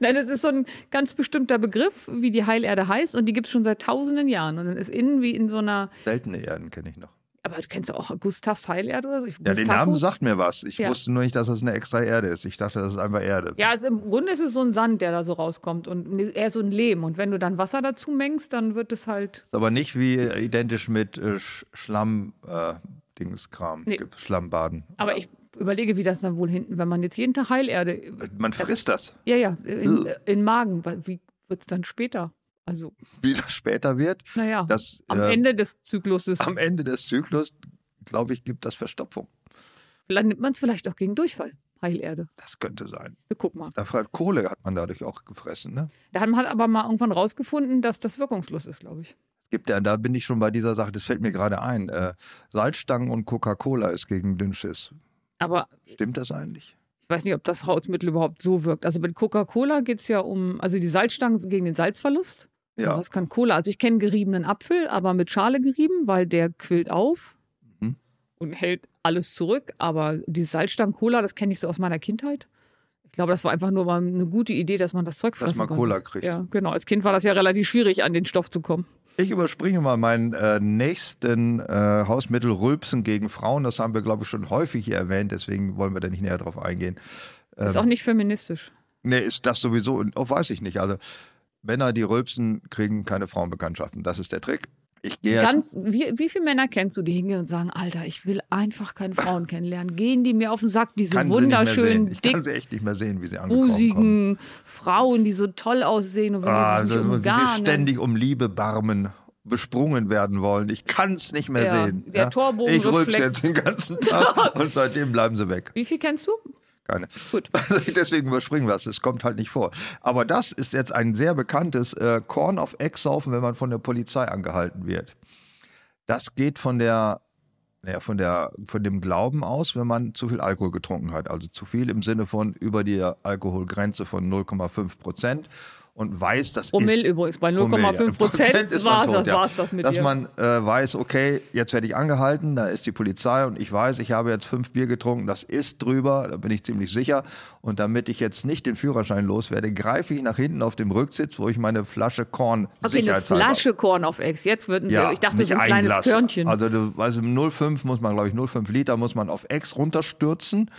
Nein, das ist so ein ganz bestimmter Begriff, wie die Heilerde heißt und die gibt es schon seit tausenden Jahren. Und dann ist innen wie in so einer,
Seltene Erden kenne ich noch.
aber du kennst auch Gustavs Heilerde oder so?
Ja, den Namen sagt mir was. Ich
Ja.
wusste nur nicht, dass das eine extra Erde ist. Ich dachte, das ist einfach Erde.
Ja, also im Grunde ist es so ein Sand, der da so rauskommt und eher so ein Lehm. Und wenn du dann Wasser dazu mengst, dann wird es halt.
Ist aber nicht wie äh, identisch mit äh, Sch- Schlamm, äh, Dingskram,
Nee.
Gibt Schlammbaden.
Aber ich überlege, wie das dann wohl hinten, wenn man jetzt jeden Tag Heilerde.
Man frisst das.
Ja, ja, in,
Äh.
in Magen. Wa- Wie wird es dann später? Also,
Wie das später wird,
naja,
das
am
äh,
Ende des Zykluses.
am Ende des Zyklus, glaube ich, gibt das Verstopfung.
Dann nimmt man es vielleicht auch gegen Durchfall. Heilerde.
Das könnte sein.
Wir Guck mal.
Da hat Kohle hat man dadurch auch gefressen. Ne?
Da hat man aber mal irgendwann rausgefunden, dass das wirkungslos ist, glaube ich.
Gibt ja, da bin ich schon bei dieser Sache, das fällt mir gerade ein. Äh, Salzstangen und Coca-Cola ist gegen Dünnschiss.
Aber
Stimmt das eigentlich?
ich weiß nicht, ob das Hausmittel überhaupt so wirkt. Also bei Coca-Cola geht es ja um, also die Salzstangen sind gegen den Salzverlust.
Ja.
Was kann Cola? Also ich kenne geriebenen Apfel, aber mit Schale gerieben, weil der quillt auf
Mhm.
und hält alles zurück. Aber die Salzstangen Cola, das kenne ich so aus meiner Kindheit. Ich glaube, das war einfach nur mal eine gute Idee, dass man das Zeug
Dass
fressen
man
konnte.
Cola kriegt.
Ja, genau. Als Kind war das ja relativ schwierig, an den Stoff zu kommen.
Ich überspringe mal meinen äh, nächsten äh, Hausmittel Rülpsen gegen Frauen. Das haben wir, glaube ich, schon häufig hier erwähnt, deswegen wollen wir da nicht näher drauf eingehen.
Ist auch nicht feministisch.
Nee, ist das sowieso, oh, weiß ich nicht. Also Männer, die rülpsen, kriegen keine Frauenbekanntschaften. Das ist der Trick. Ich gehe jetzt-
Ganz, wie, wie viele Männer kennst du, die hingehen und sagen, Alter, ich will einfach keine Frauen kennenlernen. Gehen die mir auf den Sack, diese
kann sie nicht mehr
wunderschönen,
sehen. Ich
dick,
kann sie echt nicht mehr sehen, wie sie angekommen kommen.
busigen Frauen, die so toll aussehen und wenn
Ah,
die sich
das,
nicht
wie sie
umgarnen.
ständig um Liebe barmen, besprungen werden wollen. Ich kann es nicht mehr
Ja,
sehen.
der
ich rülpse
Torbogenreflex.
jetzt den
[laughs]
ganzen Tag und seitdem bleiben sie weg.
Wie viel kennst du?
Keine. [laughs]
Gut.
Also Deswegen überspringen wir es. Es kommt halt nicht vor. Aber das ist jetzt ein sehr bekanntes äh, Korn auf Eck saufen, wenn man von der Polizei angehalten wird. Das geht von der, naja, von der, von dem Glauben aus, wenn man zu viel Alkohol getrunken hat. Also zu viel im Sinne von über die Alkoholgrenze von 0,5 Prozent und weiß, das
Promille
ist
übrigens, bei
Promille, ja. [laughs]
0,5 Prozent
ist
war
man
es
tot, ja.
war's das mit
Dass
dir.
man äh, weiß, okay, jetzt werde ich angehalten, da ist die Polizei und ich weiß, ich habe jetzt fünf Bier getrunken, das ist drüber, da bin ich ziemlich sicher. Und damit ich jetzt nicht den Führerschein loswerde, greife ich nach hinten auf dem Rücksitz, wo ich meine Flasche Korn
okay, eine
sicherheitshalber-
Flasche Corn of Eggs. Jetzt wird ein
ja,
ich dachte,
nicht
so ein
ein
kleines
Glas.
Körnchen.
Also du weißt, im 0,5 muss man, glaube ich, 0,5 Liter muss man auf Ex runterstürzen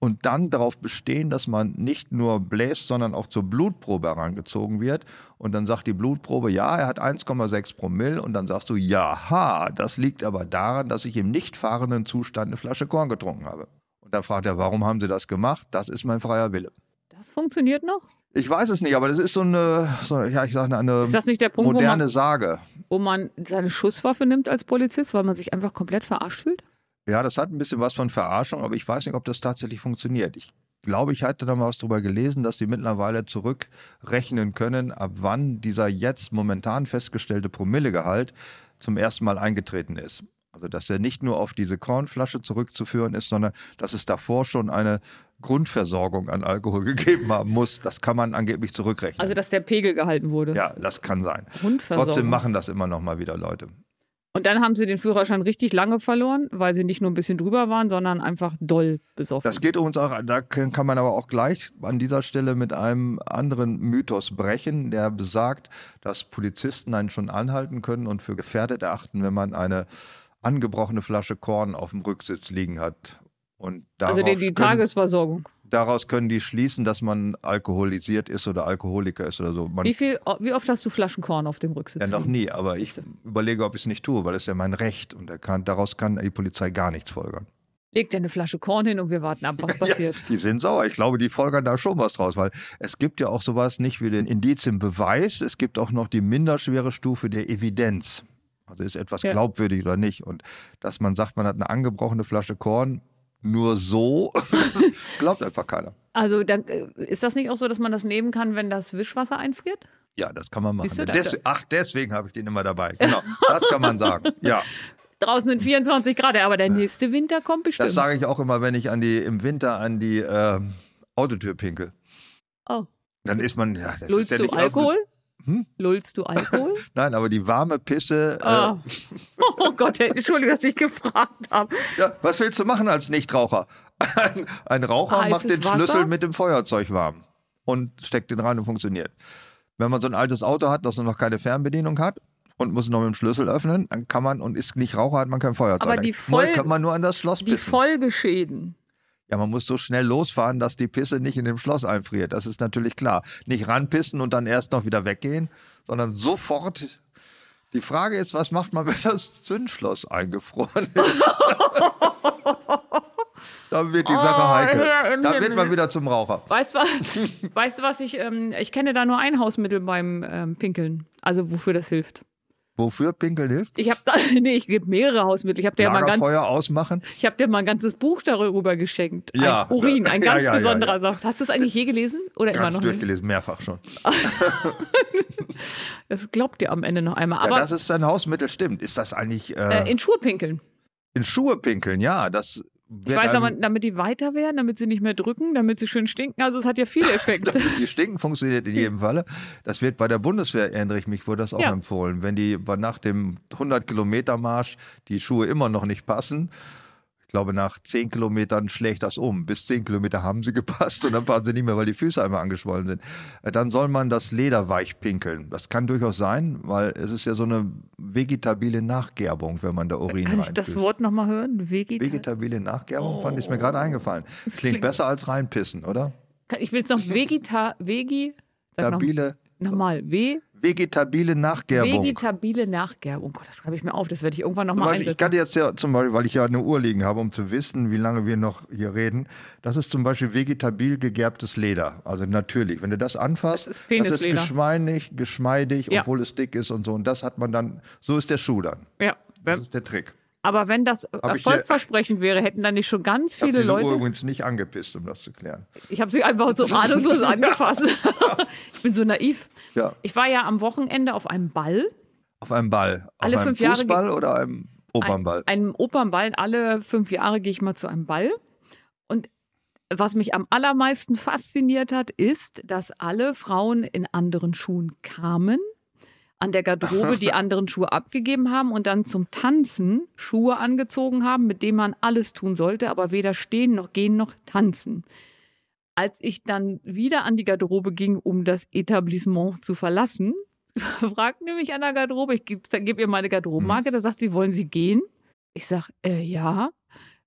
und dann darauf bestehen, dass man nicht nur bläst, sondern auch zur Blutprobe herangezogen wird. Und dann sagt die Blutprobe, ja, er hat 1,6 Promille. Und dann sagst du, jaha, das liegt aber daran, dass ich im nicht fahrenden Zustand eine Flasche Korn getrunken habe. Und dann fragt er, warum haben sie das gemacht? Das ist mein freier Wille.
das funktioniert noch?
Ich weiß es nicht, aber das ist so eine, so, ja, ich sage eine,
Ist das nicht der Punkt, wo
moderne
man,
Sage.
wo man seine Schusswaffe nimmt als Polizist, weil man sich einfach komplett verarscht fühlt?
Ja, das hat ein bisschen was von Verarschung, aber ich weiß nicht, ob das tatsächlich funktioniert. Ich glaube, ich hatte da mal was drüber gelesen, dass sie mittlerweile zurückrechnen können, ab wann dieser jetzt momentan festgestellte Promillegehalt zum ersten Mal eingetreten ist. Also, dass er nicht nur auf diese Kornflasche zurückzuführen ist, sondern dass es davor schon eine Grundversorgung an Alkohol [laughs] gegeben haben muss. Das kann man angeblich zurückrechnen.
Also, dass der Pegel gehalten wurde.
ja, das kann sein.
Hundversorgung.
Trotzdem machen das immer noch mal wieder Leute.
Und dann haben sie den Führerschein richtig lange verloren, weil sie nicht nur ein bisschen drüber waren, sondern einfach doll besoffen.
Das geht übrigens auch, da kann kann man aber auch gleich an dieser Stelle mit einem anderen Mythos brechen, der besagt, dass Polizisten einen schon anhalten können und für gefährdet erachten, wenn man eine angebrochene Flasche Korn auf dem Rücksitz liegen hat. Und daraus,
also die, die
können,
Tagesversorgung.
daraus können die schließen, dass man alkoholisiert ist oder Alkoholiker ist oder so. Man,
Wie, viel, oh, wie oft hast du Flaschenkorn auf dem Rücksitz?
ja, noch
liegen?
nie, aber ich überlege, ob ich es nicht tue, weil es ist ja mein Recht und da kann, daraus kann die Polizei gar nichts folgern.
Leg dir eine Flasche Korn hin und wir warten ab,
[laughs]
was passiert.
Die sind sauer. Ich glaube, die folgern da schon was draus, weil es gibt ja auch sowas nicht wie den Indiz im Beweis. Es gibt auch noch die minderschwere Stufe der Evidenz. Also ist etwas
Ja.
glaubwürdig oder nicht. Und dass man sagt, man hat eine angebrochene Flasche Korn, nur so, [laughs] glaubt einfach keiner.
Also dann, äh, ist das nicht auch so, dass man das nehmen kann, wenn das Wischwasser einfriert?
Ja, das kann man machen.
Siehst du, da-
Des, ach, deswegen habe ich den immer dabei. Genau, das kann man sagen.
[laughs]
Ja,
Draußen sind 24 Grad, aber der nächste Winter kommt bestimmt.
das sage ich auch immer, wenn ich an die im Winter an die ähm, Autotürpinkel.
Oh.
Dann ist man, ja, das ist
Lullst
ja
du
nicht
Alkohol?
Hm?
Lullst du
[laughs]
Alkohol?
Nein, aber die warme Pisse. äh,
Ah. [laughs] Oh Gott, Entschuldigung, dass ich gefragt habe.
Äh, ja, was willst du machen als Nichtraucher? [laughs] Ein, ein Raucher
Heißes
macht den
Wasser?
Schlüssel mit dem Feuerzeug warm und steckt den rein und funktioniert. Wenn man so ein altes Auto hat, das noch keine Fernbedienung hat und muss noch mit dem Schlüssel öffnen, dann kann man und ist nicht Raucher, hat man kein Feuerzeug.
Aber die
Dann kann-
Voll-
kann man nur an das Schloss
Die
pissen.
Folgeschäden.
Ja, man muss so schnell losfahren, dass die Pisse nicht in dem Schloss einfriert. Das ist natürlich klar. Nicht ranpissen und dann erst noch wieder weggehen, sondern sofort. Die Frage ist, was macht man, [laughs] wenn das Zündschloss eingefroren ist?
[laughs]
Dann wird die Sache
Oh, Herr
heikel.
im
Dann wird man
Himmel.
wieder zum Raucher. [laughs]
Weißt du, was- weißt du was ich, ähm, ich kenne da nur ein Hausmittel beim ähm, Pinkeln. Also wofür das hilft.
Wofür Pinkeln hilft?
Ich habe da, [laughs] nee, ich gebe mehrere Hausmittel. Ich habe dir, ja mal ein ganz,
Lagerfeuer ausmachen?
ich hab dir mal ein ganzes Buch darüber geschenkt.
Ja.
Ein Urin, ein
[laughs]
ganz
Ja, ja, ja,
besonderer Saft. Hast du es eigentlich je gelesen? Oder immer
Ganz
noch nicht?
durchgelesen, mehrfach schon.
Das glaubt ihr am Ende noch einmal.
Ja,
Aber
das ist ein Hausmittel, stimmt. Ist das eigentlich äh,
äh, in Schuhe pinkeln.
in Schuhe pinkeln? Ja, das
Ich
wird
weiß
einem-
aber, damit die weiter werden, damit sie nicht mehr drücken, damit sie schön stinken. Also es hat
[laughs]
ja viele Effekte.
Damit die stinken, funktioniert
[laughs]
in jedem Falle. Das wird bei der Bundeswehr, erinnere ich mich, wurde das auch
Ja.
empfohlen. Wenn die bei- nach dem 100-Kilometer-Marsch die Schuhe immer noch nicht passen, ich glaube, nach 10 Kilometern schlägt das um. Bis 10 Kilometer haben sie [laughs] gepasst und dann passen sie nicht mehr, weil die Füße einmal angeschwollen sind. Äh, Dann soll man das Leder weich pinkeln. Das kann durchaus sein, weil es ist ja so eine vegetabile Nachgerbung, wenn man da Urin
Kann ich das
reinpüßt.
Wort nochmal hören? Vegetal.
Vegetabile Nachgerbung fand ich mir gerade eingefallen. Klingt,
klingt-
besser als reinpissen, oder?
Kann- Ich will es noch Vegeta, Vegi, sag noch,
Stabile,
nochmal, We,
vegetabile Nachgerbung.
vegetabile Nachgerbung. Oh Gott, das schreibe ich mir auf, das werde ich irgendwann
Zum
nochmal
Beispiel, ich
einsetzen.
kann jetzt ja zum Beispiel, weil ich ja eine Uhr liegen habe, um zu wissen, wie lange wir noch hier reden, das ist zum Beispiel vegetabil gegerbtes Leder. Also natürlich. Wenn du das anfasst, das
Das ist
ist
Penisleder.
geschmeidig, geschmeidig,
Ja.
obwohl es dick ist und so. Und das hat man dann, so ist der Schuh dann.
Ja,
Das
wenn,
ist der Trick.
aber wenn das
hier-
erfolgversprechend wäre, hätten dann nicht schon ganz
Ich habe
viele
diese Uhr
Leute.
übrigens nicht angepisst, um das zu klären.
Ich habe sie einfach
[laughs]
so ratlos angefasst. [laughs] ich bin so naiv.
Ja,
Ich war ja am Wochenende auf einem Ball,
auf einem Ball.
Alle
auf einem
fünf Jahre
Fußball oder einem Opernball?
einem Opernball. Alle fünf Jahre gehe ich mal zu einem Ball. Und was mich am allermeisten fasziniert hat, ist, dass alle Frauen in anderen Schuhen kamen, an der Garderobe die anderen Schuhe abgegeben haben und dann zum Tanzen Schuhe angezogen haben, mit denen man alles tun sollte, aber weder stehen noch gehen noch tanzen. Als ich dann wieder an die Garderobe ging, um das Etablissement zu verlassen, [laughs] fragte mich an der Garderobe, ich gebe geb ihr meine Garderobenmarke, da sagt sie, wollen Sie gehen? Ich sage, äh, ja,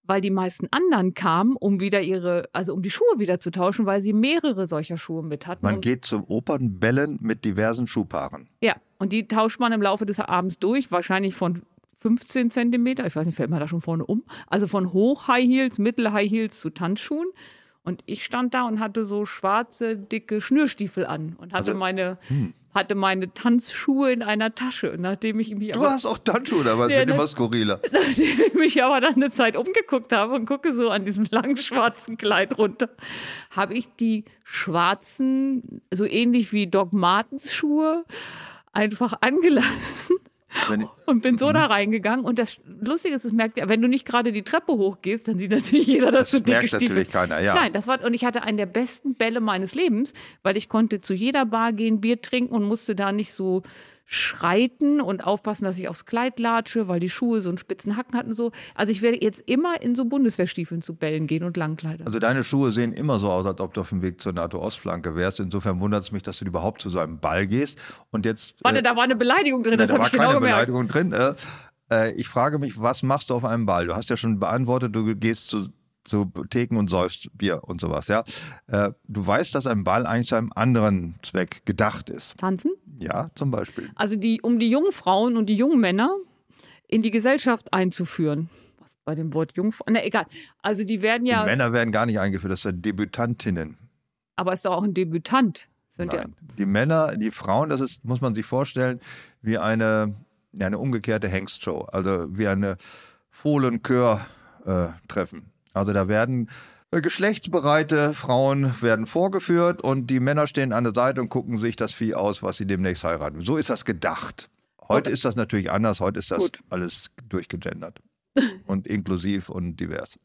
weil die meisten anderen kamen, um wieder ihre, also um die Schuhe wieder zu tauschen, weil sie mehrere solcher Schuhe mit hatten.
Man
Und-
geht zum Opernbällen mit diversen Schuhpaaren.
ja, und die tauscht man im Laufe des Abends durch, wahrscheinlich von 15 Zentimeter, ich weiß nicht, fällt man da schon vorne um, also von Hoch-High Heels, Mittel-High Heels zu Tanzschuhen. Und ich stand da und hatte so schwarze, dicke Schnürstiefel an und hatte,
Also-
meine, hatte meine Tanzschuhe in einer Tasche, nachdem ich mich
Du
aber-
hast auch Tanzschuhe dabei,
Ja,
das wird
ne-
immer skurriler.
[laughs] Nachdem ich mich aber dann eine Zeit umgeguckt habe und gucke so an diesem langen schwarzen Kleid runter, habe ich die schwarzen, so ähnlich wie Doc Martens Schuhe, einfach [laughs] angelassen
Wenn ich,
und bin so da reingegangen. Und das Lustige ist, es merkt, wenn du nicht gerade die Treppe hochgehst, dann sieht natürlich jeder,
das
dass du dicke
merkt
Stiefel
natürlich keiner, ja.
Nein, das war, und ich hatte einen der besten Bälle meines Lebens, weil ich konnte zu jeder Bar gehen, Bier trinken und musste da nicht so schreiten und aufpassen, dass ich aufs Kleid latsche, weil die Schuhe so einen spitzen Hacken hatten und so. Also ich werde jetzt immer in so Bundeswehrstiefeln zu Bällen gehen und Langkleider.
Also deine Schuhe sehen immer so aus, als ob du auf dem Weg zur NATO-Ostflanke wärst. Insofern wundert es mich, dass du überhaupt zu so einem Ball gehst. Und jetzt,
Warte,
äh,
da war eine Beleidigung drin,
na,
das
da
habe
war
ich genau
keine
gemerkt.
Beleidigung drin. Äh, äh, ich frage mich, was machst du auf einem Ball? Du hast ja schon beantwortet, du gehst zu, zu Theken und säufst Bier und sowas. Ja, äh, du weißt, dass ein Ball eigentlich zu einem anderen Zweck gedacht ist.
Tanzen?
Ja, zum Beispiel.
Also die, um die jungen Frauen und die jungen Männer in die Gesellschaft einzuführen. Was bei dem Wort Jungfrau? Na egal. Also die werden ja,
Die Männer werden gar nicht eingeführt, das sind Debütantinnen.
aber ist doch auch ein Debütant. Sind ja,
Nein. Die Männer, die Frauen, das ist, muss man sich vorstellen, wie eine, ja, eine umgekehrte Hengstshow. Also wie eine Fohlenkör-Treffen. also da werden äh, geschlechtsbereite Frauen werden vorgeführt und die Männer stehen an der Seite und gucken sich das Vieh aus, was sie demnächst heiraten. So ist das gedacht. Heute ist das natürlich anders, heute ist das
Gut. [laughs]
alles durchgegendert und inklusiv und divers.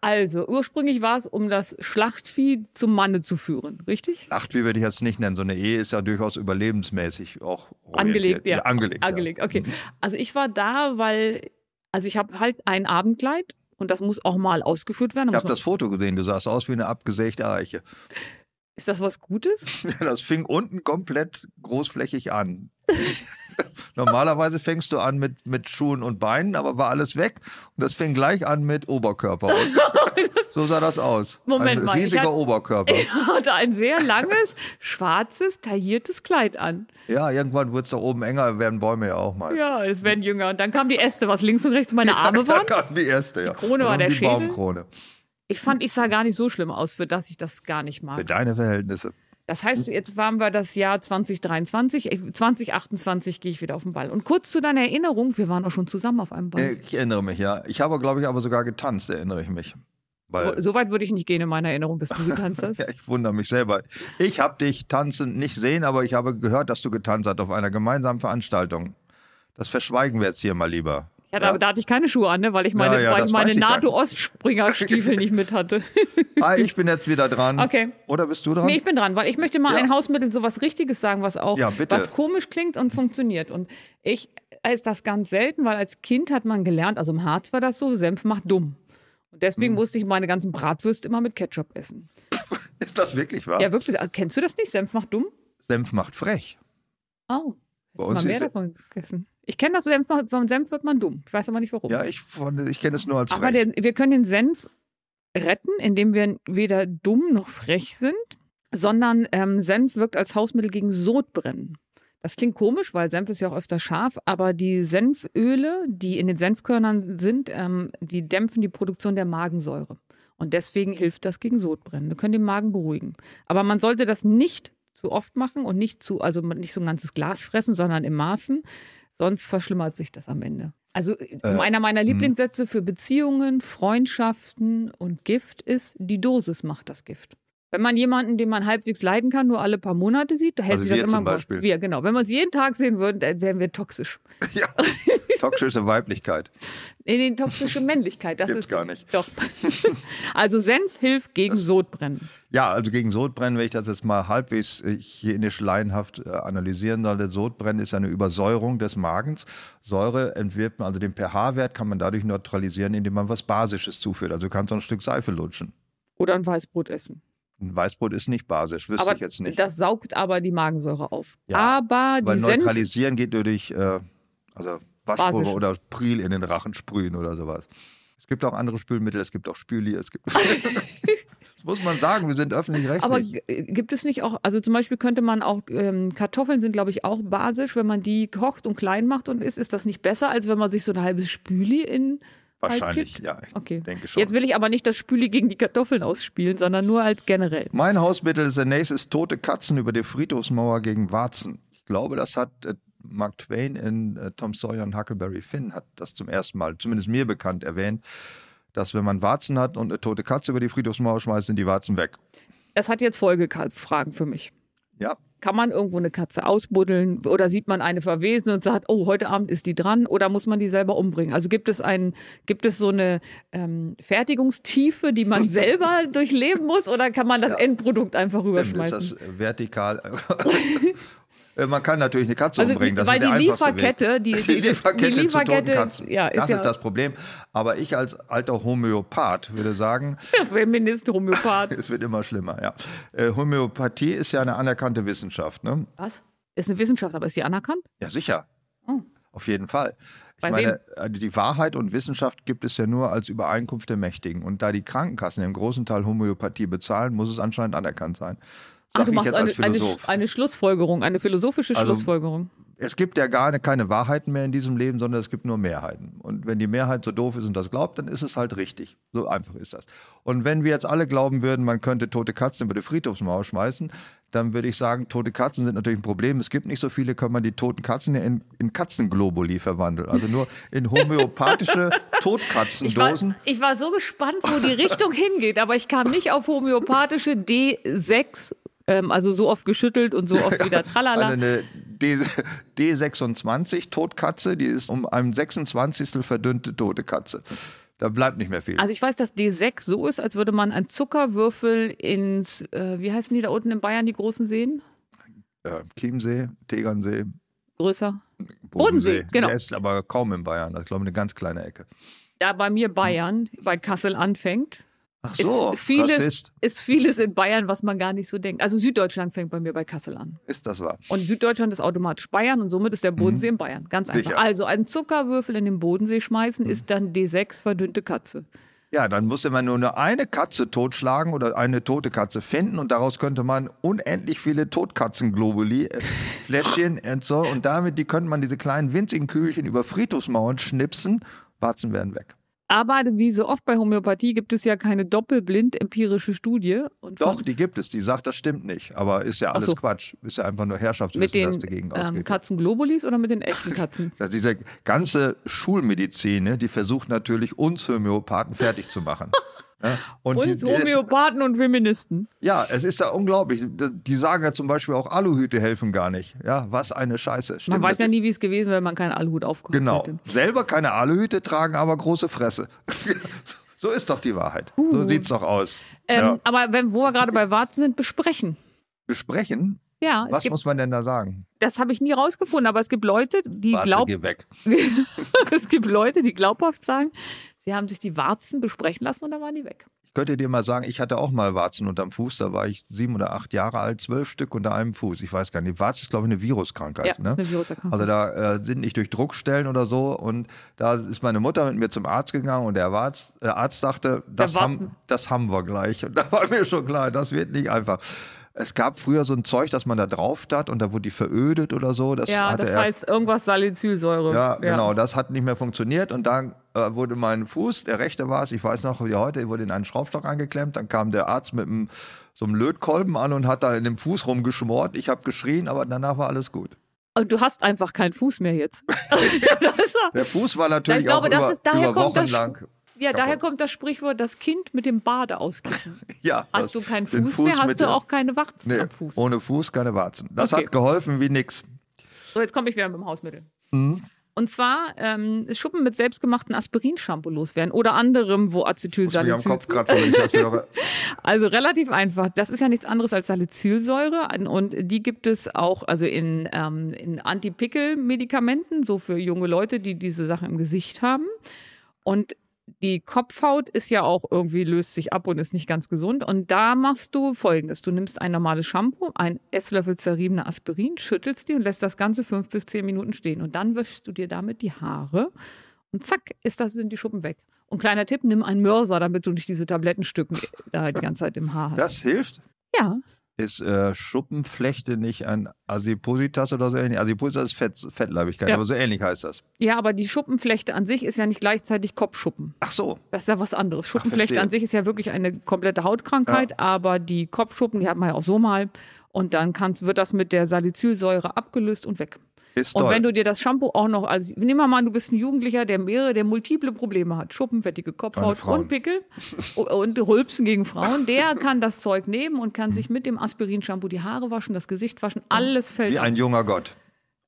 Also, ursprünglich war es, um das Schlachtvieh zum Manne zu führen, richtig?
Acht, wie würde ich jetzt nicht nennen. So eine Ehe ist ja durchaus überlebensmäßig auch
Angelegt,
orientiert.
ja.
Angelegt,
Angelegt, okay. Also ich war da, weil, also ich habe halt ein Abendkleid und das muss auch mal ausgeführt werden. Da
Ich
muss
habe
man,
das Foto gesehen, du sahst aus wie eine abgesägte Eiche. [laughs]
ist das was Gutes? [laughs]
Das fing unten komplett großflächig an. [laughs] Normalerweise fängst du an mit, mit Schuhen und Beinen, aber war alles weg. Und das fing gleich an mit Oberkörper. Und
[laughs]
so sah das aus.
Moment
Ein
mal, ich
riesiger
hab-
Oberkörper.
Ich hatte ein sehr
[laughs]
langes, schwarzes, tailliertes Kleid an.
Ja, irgendwann wird es da oben enger, werden Bäume ja auch mal.
Ja, das werden jünger. Und dann kamen die Äste, was links und rechts meine
[laughs]
Arme
Da
waren.
kam die erste, ja.
Krone war
Und
der
die
Schädel.
Baumkrone.
Ich fand, ich sah gar nicht so schlimm aus, für das ich das gar nicht mag.
Für deine Verhältnisse.
Das heißt, jetzt waren wir das Jahr 2023. Ich- 2028 gehe ich wieder auf den Ball. Und kurz zu deiner Erinnerung, wir waren auch schon zusammen auf einem Ball.
Ich erinnere mich, ja. Ich habe, glaube ich, aber sogar getanzt, erinnere ich mich. Weil,
Wo- so weit würde ich nicht gehen in meiner Erinnerung, dass du getanzt hast.
äh. [laughs] ja, ich wundere mich selber. Ich habe dich tanzen nicht sehen, aber ich habe gehört, dass du getanzt hast auf einer gemeinsamen Veranstaltung. Das verschweigen wir jetzt hier mal lieber.
ja, da, da hatte ich keine Schuhe an, ne? weil ich meine,
Ja, ja,
weil
das
ich meine
weiß ich gar nicht.
NATO-Ostspringer-Stiefel nicht
[laughs]
mit hatte.
Ah, ich bin jetzt wieder dran.
Okay.
Oder bist du dran?
Nee, ich bin dran, weil ich möchte mal
Ja.
ein Hausmittel so was Richtiges sagen, was auch
Ja, bitte.
was komisch klingt und funktioniert. Und ich äh, ist das ganz selten, weil als Kind hat man gelernt, also im Harz war das so, Senf macht dumm. Und
Hm.
deswegen musste ich meine ganzen Bratwürste immer mit Ketchup essen.
Ist das wirklich wahr?
Ja, wirklich. Ah, Kennst du das nicht? Senf macht dumm?
Senf macht frech.
Oh,
Bei
mal
uns
mehr
ist-
davon gegessen. Ich kenne das, Senf macht, von Senf wird man dumm. Ich weiß aber nicht warum.
ja, ich, fand- ich kenne es nur als
aber
frech.
der, wir können den Senf retten, indem wir weder dumm noch frech sind, sondern ähm, Senf wirkt als Hausmittel gegen Sodbrennen. Das klingt komisch, weil Senf ist ja auch öfter scharf, aber die Senföle, die in den Senfkörnern sind, ähm, die dämpfen die Produktion der Magensäure. Und deswegen hilft das gegen Sodbrennen. Wir können den Magen beruhigen. Aber man sollte das nicht zu oft machen und nicht zu, also nicht so ein ganzes Glas fressen, sondern im Maßen. Sonst verschlimmert sich das am Ende. Also äh, einer
hm.
meiner Lieblingssätze für Beziehungen, Freundschaften und Gift ist, die Dosis macht das Gift. Wenn man jemanden, den man halbwegs leiden kann, nur alle paar Monate sieht, hält
Also
sich das
wir
immer
zum
im Kopf.
Beispiel.
Wir, genau. Wenn wir uns jeden Tag sehen würden, dann wären wir toxisch.
ja. Toxische Weiblichkeit.
In den toxische Männlichkeit. Das
Gibt's
ist
gar nicht.
Doch. [laughs] also Senf hilft gegen Sodbrennen.
Ja, also gegen Sodbrennen, wenn ich das jetzt mal halbwegs äh, hygienisch laienhaft äh, analysieren sollte, Sodbrennen ist eine Übersäuerung des Magens. Säure entwirft man, also den pH-Wert kann man dadurch neutralisieren, indem man was Basisches zuführt. Also du kannst auch ein Stück Seife lutschen.
Oder ein Weißbrot essen.
Ein Weißbrot ist nicht basisch, wüsste
aber
ich jetzt nicht.
das saugt aber die Magensäure auf.
Ja,
aber
Weil
die Senf,
neutralisieren geht nur durch äh, also Waschpulver
Basisch.
oder Pril in den Rachen sprühen oder sowas. Es gibt auch andere Spülmittel, es gibt auch Spüli, es
[laughs]
gibt. [laughs] das muss man sagen, wir sind öffentlich-rechtlich.
aber g- gibt es nicht auch, also zum Beispiel könnte man auch, ähm, Kartoffeln sind glaube ich auch basisch, wenn man die kocht und klein macht und isst, ist das nicht besser, als wenn man sich so ein halbes Spüli in Hals
Wahrscheinlich,
gibt?
ja. Ich
Okay.
denke schon.
Jetzt will ich aber nicht das Spüli gegen die Kartoffeln ausspielen, sondern nur halt generell.
Mein Hausmittel ist der nächste ist tote Katzen über die Friedhofsmauer gegen Warzen. Ich glaube, das hat äh, Mark Twain in äh, Tom Sawyer und Huckleberry Finn hat das zum ersten Mal, zumindest mir bekannt, erwähnt, dass wenn man Warzen hat und eine tote Katze über die Friedhofsmauer schmeißt, sind die Warzen weg.
Das hat jetzt Folgefragen für mich.
Ja,
Kann man irgendwo eine Katze ausbuddeln oder sieht man eine verwesen und sagt, oh, heute Abend ist die dran oder muss man die selber umbringen? Also gibt es einen, gibt es so eine ähm, Fertigungstiefe,
[laughs]
die man selber durchleben muss oder kann man das Endprodukt einfach
dann ist
rüberschmeißen?
das äh, vertikal. [laughs] Äh, Man kann natürlich eine Katze
Also,
umbringen. Das
weil
ist der
die
einfachste
Lieferkette,
Weg. [laughs]
die-
die,
die- die
Lieferkette, zu toten
Lieferkette,
Katzen.
ja, ist
das
ja-
ist das Problem. Aber ich als alter Homöopath würde sagen,
Der [laughs] Feminist Homöopath.
[laughs] Es wird immer schlimmer, ja. Äh, Homöopathie ist ja eine anerkannte Wissenschaft, ne?
Was? Ist eine Wissenschaft, aber ist die anerkannt?
Ja, sicher.
Oh.
Auf jeden Fall. Ich
Bei
meine, also die Wahrheit und Wissenschaft gibt es ja nur als Übereinkunft der Mächtigen. Und da die Krankenkassen im großen Teil Homöopathie bezahlen, muss es anscheinend anerkannt sein.
Ach,
Sag
du
ich
machst
jetzt
eine,
als
eine,
Philosoph.
eine Schlussfolgerung, eine philosophische
Also-
Schlussfolgerung.
es gibt ja gar keine Wahrheiten mehr in diesem Leben, sondern es gibt nur Mehrheiten. Und wenn die Mehrheit so doof ist und das glaubt, dann ist es halt richtig. So einfach ist das. Und wenn wir jetzt alle glauben würden, man könnte tote Katzen über die Friedhofsmauer schmeißen, dann würde ich sagen, tote Katzen sind natürlich ein Problem. Es gibt nicht so viele, kann man die toten Katzen ja in, in Katzenglobuli verwandeln. Also nur in homöopathische
Ich war,
Totkatzendosen.
ich war so gespannt, wo
[laughs]
die Richtung hingeht, aber ich kam nicht auf homöopathische D6, ähm, also so oft geschüttelt und so oft wieder tralala.
Eine D, D26 Totkatze, die ist um ein 26. verdünnte tote Katze. Da bleibt nicht mehr viel.
Also ich weiß, dass D6 so ist, als würde man einen Zuckerwürfel ins, äh, wie heißen die da unten in Bayern, die großen Seen?
äh, Chiemsee, Tegernsee,
Größer?
Bodensee.
Bodensee, genau.
Der ist aber kaum in Bayern. Das ist, glaube ich, eine ganz kleine Ecke.
Da bei mir Bayern, bei Kassel anfängt,
Ach
ist,
so,
vieles,
Rassist.
ist vieles in Bayern, was man gar nicht so denkt. Also Süddeutschland fängt bei mir bei Kassel an.
Ist das wahr?
Und Süddeutschland ist automatisch Bayern und somit ist der Bodensee in Bayern. Ganz einfach.
Mhm. Sicher. Mhm.
Also einen Zuckerwürfel in den Bodensee schmeißen ist dann D6 verdünnte Katze.
Ja, dann musste man nur nur eine Katze totschlagen oder eine tote Katze finden und daraus könnte man unendlich viele Totkatzen-Globuli,
[laughs]
äh, Fläschchen und so. Und damit, die könnte man diese kleinen winzigen Kühlchen über Friedhofsmauern schnipsen. Warzen werden weg.
Aber wie so oft bei Homöopathie gibt es ja keine doppelblind empirische Studie. Und von-
Doch, die gibt es. Die sagt, das stimmt nicht. Aber ist ja alles
Hm. so.
Quatsch. Ist ja einfach nur
mit
Herrschaftswissen,
den
das Also, dagegen
ähm,
ausgeht.
Katzenglobulis oder mit
[laughs]
den echten Katzen?
Dass diese ganze Schulmedizin, ne, die versucht natürlich, uns Homöopathen fertig zu
[laughs]
machen. Ja, und die-
Uns
die- das-
Homöopathen und Feministen.
Ja, es ist ja unglaublich. D- Die sagen ja zum Beispiel auch, Aluhüte helfen gar nicht. Ja, was eine Scheiße.
Man
Stimmt
weiß ja
das?
nie, wie es gewesen wäre, wenn man keinen Aluhut aufgehört
Genau.
hätte.
Selber keine Aluhüte tragen, aber große Fresse. [laughs] so ist doch die Wahrheit. So sieht's doch aus.
Uh. Ähm,
ja.
Aber wenn, wo wir gerade bei Warzen sind, besprechen.
Besprechen,
Ja, es
was
gibt,
muss man denn da sagen?
das habe ich nie rausgefunden, aber es gibt Leute, die
Warze,
glauben,
geh weg.
[laughs] es gibt Leute, die glaubhaft sagen, sie haben sich die Warzen besprechen lassen und dann waren die weg.
Ich könnte dir mal sagen, ich hatte auch mal Warzen unterm Fuß. Da war ich sieben oder acht Jahre alt, zwölf Stück unter einem Fuß. Ich weiß gar nicht. Warze ist, glaube ich, eine Viruskrankheit.
Ja,
ne?
das ist eine Viruserkrankung.
Also da äh, sind nicht durch Druckstellen oder so. Und da ist meine Mutter mit mir zum Arzt gegangen und der Arzt, äh, Arzt dachte, das
Warzen.
haben, das haben wir gleich. Und da war mir schon klar, das wird nicht einfach. Es gab früher so ein Zeug, das man da drauf tat und da wurde die verödet oder so. Das
ja,
hatte
das
er.
heißt irgendwas Salicylsäure.
Ja, genau, das hat nicht mehr funktioniert und dann äh, wurde mein Fuß, der rechte war es, ich weiß noch wie heute, wurde in einen Schraubstock angeklemmt, dann kam der Arzt mit einem, so einem Lötkolben an und hat da in dem Fuß rumgeschmort. Ich habe geschrien, aber danach war alles gut.
Und du hast einfach keinen Fuß
[laughs]
mehr jetzt. [laughs] das ist ja-
Der Fuß war natürlich
Ich glaube,
auch
das
über,
ist- daher
über
kommt
Wochen
das
lang.
ja, daher
Kaputt.
kommt das Sprichwort, das Kind mit dem Bade auskippen.
[laughs] Ja,
Hast
das-
du keinen
den
Fuß, mehr, hast
mit
du
der-
auch keine Warzen
nee,
am Fuß.
Ohne Fuß keine Warzen. Das
Okay.
hat geholfen wie nix.
So, jetzt komme ich wieder mit dem Hausmittel.
Mhm.
Und zwar ähm, Schuppen mit selbstgemachten Aspirin-Shampoo loswerden oder anderem, wo
Muss mich am
Acetylsalicyl
Kopf kratzen, wenn ich
[laughs]
das höre.
Also relativ einfach. Das ist ja nichts anderes als Salicylsäure und die gibt es auch also in, ähm, in Anti-Pickel-Medikamenten, so für junge Leute, die diese Sachen im Gesicht haben. Und die Kopfhaut ist ja auch irgendwie löst sich ab und ist nicht ganz gesund. Und da machst du folgendes. Du nimmst ein normales Shampoo, ein Esslöffel zerriebener Aspirin, schüttelst die und lässt das Ganze fünf bis zehn Minuten stehen. Und dann wischst du dir damit die Haare und zack, ist das, sind die Schuppen weg. Und kleiner Tipp, nimm einen Mörser, damit du nicht diese Tablettenstücken da die ganze Zeit im Haar hast.
Das hilft.
ja,
Ist äh, Schuppenflechte nicht ein Adipositas oder so ähnlich? Adipositas ist Fett, Fettleibigkeit,
Ja.
aber so ähnlich heißt das.
ja, aber die Schuppenflechte an sich ist ja nicht gleichzeitig Kopfschuppen.
Ach so,
Das ist ja was anderes. Schuppenflechte
verstehe.
an sich ist ja wirklich eine komplette Hautkrankheit, aber die Kopfschuppen, die hat man ja auch so mal. Und dann kannst, wird das mit der Salicylsäure abgelöst und weg.
ist
Und
toll.
wenn du dir das Shampoo auch noch, also nehmen wir mal an, du bist ein Jugendlicher, der mehrere, der multiple Probleme hat, Schuppen, fettige
Keine
Kopfhaut
Frauen.
und Pickel und Rülpsen gegen Frauen, der kann das Zeug nehmen und kann sich mit dem Aspirin-Shampoo die Haare waschen, das Gesicht waschen, alles fällt
Oh, wie
ab.
ein junger Gott.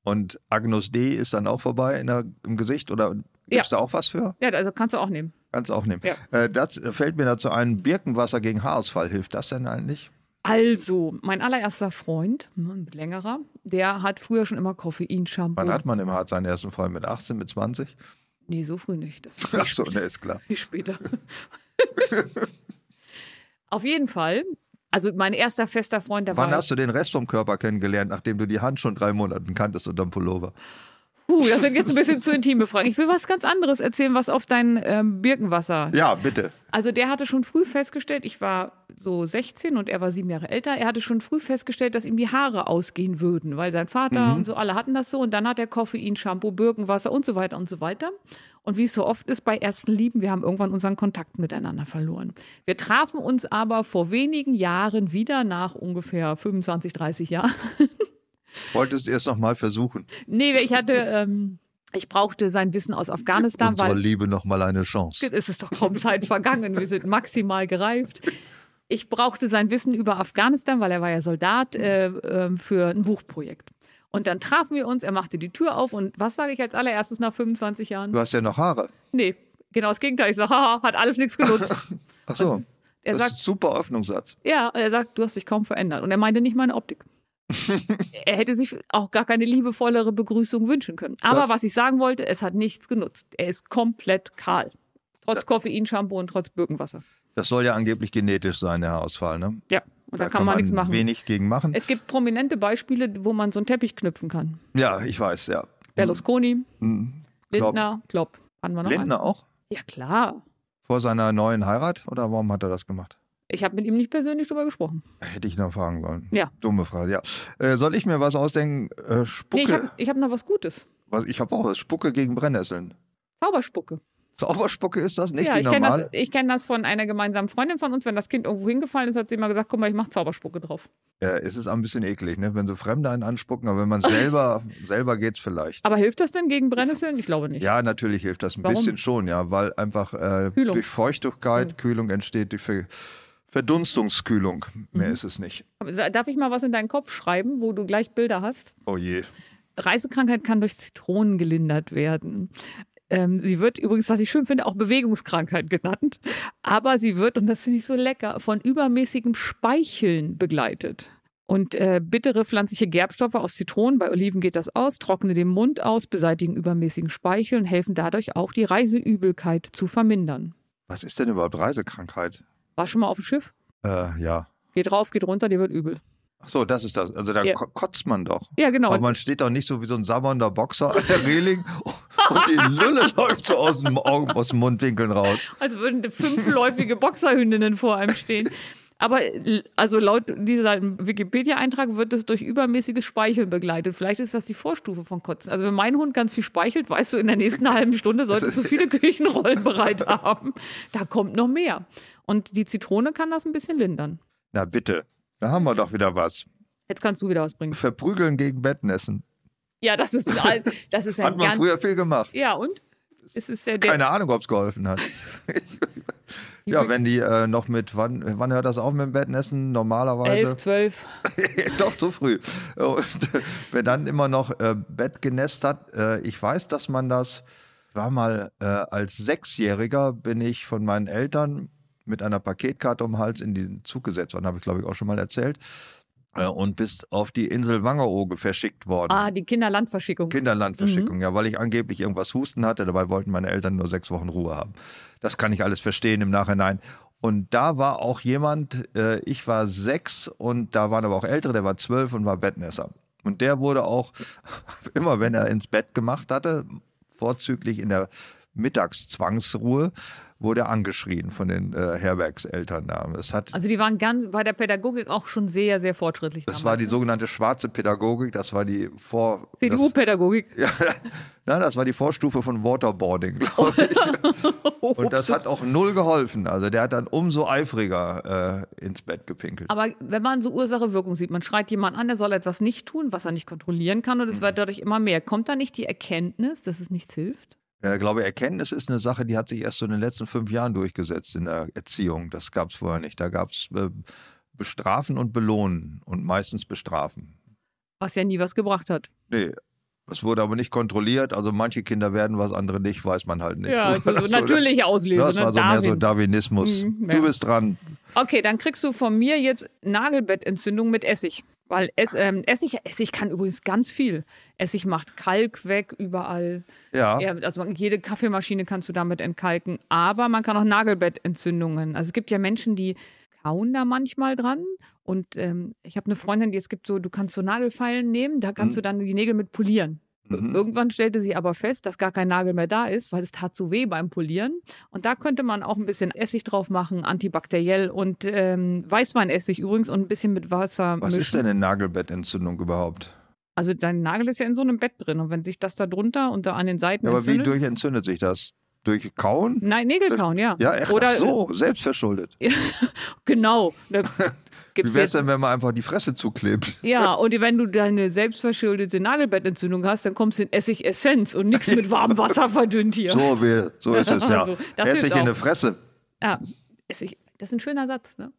Und Agnus D ist dann auch vorbei in der, im Gesicht oder gibt es da auch was für?
Ja, also kannst du auch nehmen.
Kannst auch nehmen.
Ja.
Äh, das fällt mir dazu ein, Birkenwasser gegen Haarausfall, hilft das denn eigentlich?
Also, mein allererster Freund, ein längerer, der hat früher schon immer Koffein-Shampoo.
Wann hat man im Hart seinen ersten Freund? Mit 18, mit
[laughs]
20?
Nee, so früh nicht. Das
[laughs]
war
Ach so, ne, ist klar.
viel später. Auf jeden Fall. Also mein erster fester Freund, der
Wann
war
hast du den Rest vom Körper kennengelernt, nachdem du die Hand schon drei Monaten kanntest unterm Pullover?
halt, Puh, das sind jetzt ein bisschen zu intime Fragen. Ich will was ganz anderes erzählen, was auf dein ähm, Birkenwasser.
Ja, bitte.
Also der hatte schon früh festgestellt, ich war so 16 und er war sieben Jahre älter, er hatte schon früh festgestellt, dass ihm die Haare ausgehen würden, weil sein Vater und so, alle hatten das so. Und dann hat er Koffein, Shampoo, Birkenwasser und so weiter und so weiter. Und wie es so oft ist bei ersten Lieben, wir haben irgendwann unseren Kontakt miteinander verloren. Wir trafen uns aber vor wenigen Jahren wieder nach ungefähr 25, 30 Jahren. [laughs]
Wolltest du es nochmal versuchen?
Nee, ich hatte, ähm, ich brauchte sein Wissen aus Afghanistan,
Unsere
weil
Liebe nochmal eine Chance.
es ist doch kaum Zeit vergangen. Wir sind maximal gereift. Ich brauchte sein Wissen über Afghanistan, weil er war ja Soldat äh, ähm, für ein Buchprojekt. Und dann trafen wir uns, er machte die Tür auf und was sage ich als allererstes nach 25 Jahren?
Du hast ja noch Haare.
Nee, Genau das Gegenteil. Ich sage, haha, hat alles nichts genutzt.
Ach so,
Er
das
sagt,
ist ein super Öffnungssatz.
ja, er sagt, du hast dich kaum verändert. Und er meinte nicht meine Optik. er hätte sich auch gar keine liebevollere Begrüßung wünschen können. Aber
Das-
was ich sagen wollte, es hat nichts genutzt. Er ist komplett kahl. Trotz Koffein, Shampoo und trotz Birkenwasser.
Das soll ja angeblich genetisch sein, der Haarausfall. Ne?
Ja, und da, kann, man, nichts machen. Äh,
Wenig gegen machen.
Es gibt prominente Beispiele, wo man so einen Teppich knüpfen kann.
Ja, ich weiß, ja.
Berlusconi,
Mhm. Klopp.
Lindner, Klopp. Haben wir noch
Lindner auch?
einen? Ja, klar.
Vor seiner neuen Heirat? Oder warum hat er das gemacht?
Ich habe mit ihm nicht persönlich drüber gesprochen.
Hätte ich noch fragen sollen.
Ja.
Dumme Frage, ja. Äh, soll ich mir was ausdenken? Äh, Spucke.
Nee, ich habe ich hab noch was Gutes.
Was- ich habe auch was. Spucke gegen Brennnesseln.
Zauberspucke.
Zauberspucke ist das nicht
ja,
die
ich kenne
normale?
das, ich kenn das von einer gemeinsamen Freundin von uns. Wenn das Kind irgendwo hingefallen ist, hat sie immer gesagt, guck mal, ich mache Zauberspucke drauf.
Äh, es ist ein bisschen eklig, ne? wenn so Fremde einen anspucken, aber wenn
[laughs]
man selber, selber geht's vielleicht.
Aber hilft das denn gegen Brennnesseln? Ich glaube nicht.
Ja, natürlich hilft das ein
Warum?
bisschen schon, ja, weil einfach äh,
Kühlung. Hm.
durch Feuchtigkeit Kühlung entsteht, durch Ver Verdunstungskühlung. Mehr
Mhm.
ist es nicht.
Aber sa- Darf ich mal was in deinen Kopf schreiben, wo du gleich Bilder hast?
Oh je.
Reisekrankheit kann durch Zitronen gelindert werden. Ähm, sie wird übrigens, was ich schön finde, auch Bewegungskrankheit genannt. Aber sie wird, und das finde ich so lecker, von übermäßigem Speicheln begleitet. Und äh, bittere pflanzliche Gerbstoffe aus Zitronen, bei Oliven geht das aus, trockne den Mund aus, beseitigen übermäßigen Speichel und helfen dadurch auch die Reiseübelkeit zu vermindern.
Was ist denn überhaupt Reisekrankheit?
War schon mal auf dem Schiff?
Äh, ja.
Geht rauf, geht runter, dir wird übel.
Ach so, das ist das. Also da
Ja.
ko- kotzt man doch.
Ja, genau.
Aber man steht doch nicht so wie so ein sabbernder Boxer an der Reling [laughs] und die Lülle [laughs] läuft so aus dem, Augen, aus dem Mundwinkeln raus.
als würden fünfläufige Boxerhündinnen vor einem stehen. Aber l- also laut dieser Wikipedia-Eintrag wird es durch übermäßiges Speicheln begleitet. Vielleicht ist das die Vorstufe von Kotzen. Also wenn mein Hund ganz viel speichelt, weißt du, in der nächsten halben Stunde solltest du
Also,
viele Küchenrollen bereit haben. Da kommt noch mehr. Und die Zitrone kann das ein bisschen lindern.
Na bitte, da haben wir doch wieder was.
Jetzt kannst du wieder was bringen.
Verprügeln gegen Bettnässen.
Ja, das ist, das ist ja
Hat
ein
man
ganz...
früher viel gemacht.
Ja, und? Es ist ja der...
Keine Ahnung, ob es geholfen hat. ja, wenn die äh, noch mit, wann, wann hört das auf mit dem Bettnässen?
elf,
Normalerweise.
zwölf.
[laughs] doch, zu früh. Und [laughs] äh, wer dann immer noch äh, Bett genässt hat, äh, ich weiß, dass man das, war mal äh, als Sechsjähriger, bin ich von meinen Eltern mit einer Paketkarte um den Hals in den Zug gesetzt worden, habe ich glaube ich auch schon mal erzählt. Äh, und bis auf die Insel Wangerooge verschickt worden.
Ah, die Kinderlandverschickung. Mhm.
Kinderlandverschickung, ja, weil ich angeblich irgendwas Husten hatte. Dabei wollten meine Eltern nur sechs Wochen Ruhe haben. Das kann ich alles verstehen im Nachhinein. Und da war auch jemand, äh, ich war sechs und da waren aber auch Ältere, der war zwölf und war Bettnässer. Und der wurde auch, [laughs] immer wenn er ins Bett gemacht hatte, vorzüglich in der Mittagszwangsruhe, wurde er angeschrien von den äh, Herbergseltern. da. Das, hat,
Also die waren ganz bei der Pädagogik auch schon sehr, sehr fortschrittlich.
das
damals,
war die
ne?
sogenannte schwarze Pädagogik, das war die Vor... das-
CDU-Pädagogik.
Ja, nein, das war die Vorstufe von Waterboarding, glaube
[laughs]
ich. Und das hat auch null geholfen. Also der hat dann umso eifriger äh, ins Bett gepinkelt.
Aber wenn man so Ursache-Wirkung sieht, man schreit jemanden an, der soll etwas nicht tun, was er nicht kontrollieren kann und es
Mhm.
wird dadurch immer mehr. Kommt da nicht die Erkenntnis, dass es nichts hilft?
Ja, Ich glaube, Erkenntnis ist eine Sache, die hat sich erst so in den letzten fünf Jahren durchgesetzt in der Erziehung. Das gab es vorher nicht. Da gab es äh, Bestrafen und Belohnen und meistens Bestrafen.
Was ja nie was gebracht hat.
Nee. Es wurde aber nicht kontrolliert. Also manche Kinder werden was, andere nicht, weiß man halt nicht. [laughs]
ja,
Das
also
war
so
so der-
natürliche Auslese.
Das
Ne?
war so mehr so
Darwin.
Darwinismus.
Mhm, ja.
Du bist dran.
Okay, dann kriegst du von mir jetzt Nagelbettentzündung mit Essig. Weil Ess, ähm, Essig, Essig kann übrigens ganz viel. Essig macht Kalk weg überall.
Ja.
Ja, also man- jede Kaffeemaschine kannst du damit entkalken, aber man kann auch Nagelbettentzündungen. Also es gibt ja Menschen, die kauen da manchmal dran. Und ähm, ich habe eine Freundin, die es gibt so, du kannst so Nagelfeilen nehmen, da kannst
Mhm.
du dann die Nägel mit polieren.
Mhm.
Irgendwann stellte sie aber fest, dass gar kein Nagel mehr da ist, weil es tat so weh beim Polieren. Und da könnte man auch ein bisschen Essig drauf machen, antibakteriell und ähm, Weißweinessig übrigens und ein bisschen mit Wasser
Was
mischen.
ist denn eine Nagelbettentzündung überhaupt?
Also dein Nagel ist ja in so einem Bett drin und wenn sich das da drunter und da an den Seiten
Ja, aber wie
entzündet,
durch entzündet sich das? Durch Kauen?
Nein, Nägel kauen, ja.
Ja, echt?
Oder
Ach so, selbstverschuldet.
[laughs] Genau. Da
[laughs] Wie
gibt's
wär's
jetzt,
denn, wenn man einfach die Fresse zuklebt?
ja, und wenn du deine selbstverschuldete Nagelbettentzündung hast, dann kommst du in Essig-Essenz und nichts mit
[laughs]
warmem Wasser verdünnt hier.
So, will, so ist es, ja.
[laughs] So, Also, das
Essig
hilft
in
auch.
der Fresse.
Ja, Essig, das ist ein schöner Satz. Ne?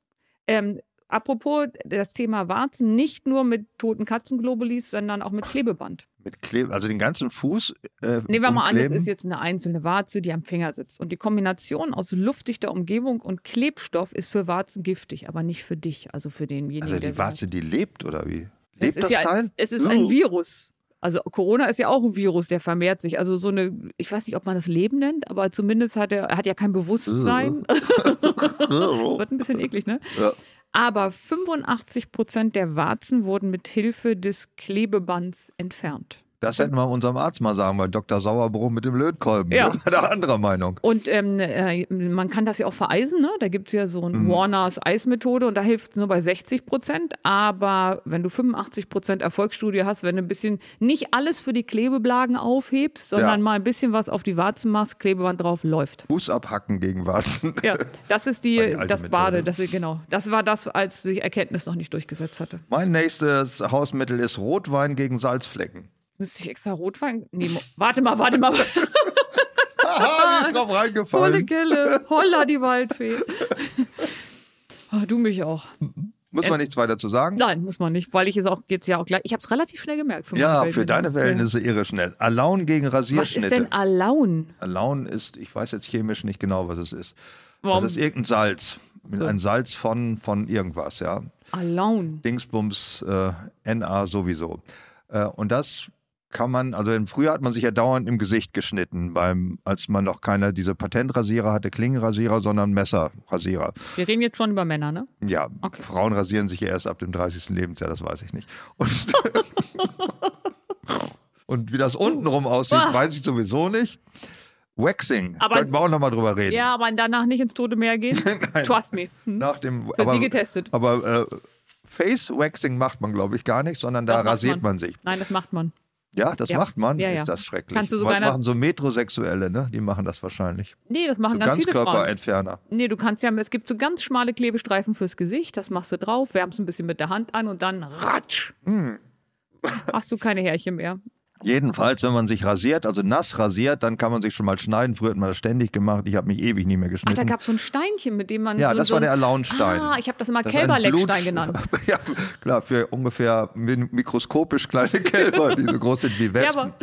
Ähm, Apropos das Thema Warzen, nicht nur mit toten Katzenglobulis, sondern auch mit Klebeband.
Mit Kleben, also den ganzen Fuß. Äh,
Nehmen wir mal an, das
umkleben?
ist jetzt eine einzelne Warze, die am Finger sitzt. Und die Kombination aus luftdichter Umgebung und Klebstoff ist für Warzen giftig, aber nicht für dich, also für denjenigen,
Also die
der
Warze, die lebt oder wie?
Es
Lebt
ist
das
ja, [laughs]
Teil?
Es ist
Uh.
ein Virus. Also Corona ist ja auch ein Virus, der vermehrt sich. Also so eine, ich weiß nicht, ob man das Leben nennt, aber zumindest hat er, er hat ja kein Bewusstsein. Wird ein bisschen eklig, ne?
Ja.
Aber 85 Prozent der Warzen wurden mit Hilfe des Klebebands entfernt.
Das hätten wir unserem Arzt mal sagen, weil Dr. Sauerbruch mit dem Lötkolben.
Ja.
Das war da anderer Meinung.
Und ähm, äh, man kann das ja auch vereisen, ne? Da gibt es ja so eine Warners Eismethode und da hilft es nur bei 60 Prozent. Aber wenn du 85 Prozent Erfolgsstudie hast, wenn du ein bisschen nicht alles für die Klebeblagen aufhebst, sondern
Ja.
mal ein bisschen was auf die Warzen machst, Klebeband drauf, läuft.
Fuß abhacken gegen Warzen. [laughs]
Ja, das ist die,
War die alte
das
Methode.
Bade, das, genau. Das war das, als die Erkenntnis noch nicht durchgesetzt hatte.
Mein nächstes Hausmittel ist Rotwein gegen Salzflecken.
Jetzt müsste ich extra Rotwein nehmen. Warte mal, warte mal.
Aha, die ist drauf
Volle
reingefallen.
Kelle. Holla, die Waldfee. [laughs] Ah, Du mich auch.
Muss man nichts weiter zu sagen?
Nein, muss man nicht, weil ich es auch jetzt ja auch gleich. Ich habe es relativ schnell gemerkt. Für meine
Ja,
Welt-
für deine Verhältnisse irre schnell. Alaun gegen
Ja. Was ist
Rasierschnitte.
denn Alaun?
Alaun ist, ich weiß jetzt chemisch nicht genau, was es ist.
Warum
Das ist irgendein Salz.
So.
Ein Salz von, von irgendwas, ja.
Alaun?
Dingsbums äh, NA sowieso. Äh, und das kann man, also im Frühjahr hat man sich ja dauernd im Gesicht geschnitten, beim, als man noch keine diese Patentrasierer hatte, Klingenrasierer, sondern Messerrasierer.
Wir reden jetzt schon über Männer, ne?
Ja,
Okay.
Frauen rasieren sich ja erst ab dem 30. Lebensjahr, das weiß ich nicht.
[laughs]
Und, und wie das untenrum aussieht,
Ah.
weiß ich sowieso nicht. Waxing,
Aber-
könnten wir auch nochmal drüber reden.
Ja, aber danach nicht ins Tote
[laughs]
Meer gehen. Trust me. Hm?
Nach dem,
Wird sie getestet.
aber äh, Face Waxing macht man, glaube ich, gar nicht, sondern da
Doch, macht
rasiert man. sich.
Nein, das macht man.
Ja, das
Ja.
macht man.
Ja, ja.
Ist das schrecklich.
Kannst du sogar
Was
eine-
machen so Metrosexuelle, ne? Die machen das wahrscheinlich.
Nee, das machen
So
ganz, viele Frauen.
Ganzkörperentferner.
Nee, du kannst ja, es gibt so ganz schmale Klebestreifen fürs Gesicht, das machst du drauf, wärmst ein bisschen mit der Hand an und
[laughs]
dann ratsch. Hast du keine Härchen mehr.
Jedenfalls, wenn man sich rasiert, also nass rasiert, dann kann man sich schon mal schneiden. Früher hat man das ständig gemacht. Ich habe mich ewig nicht mehr
Ach, da
geschnitten.
gab es so ein Steinchen, mit dem man.
ja,
so,
das
so
war
ein-
der Alaunstein.
Ah, ich habe das immer
Das ist ein
Kälberleckstein
Blut-
genannt.
[laughs] ja, klar, für ungefähr min- mikroskopisch kleine Kälber, die so groß sind wie
Ja,
Wespen.
aber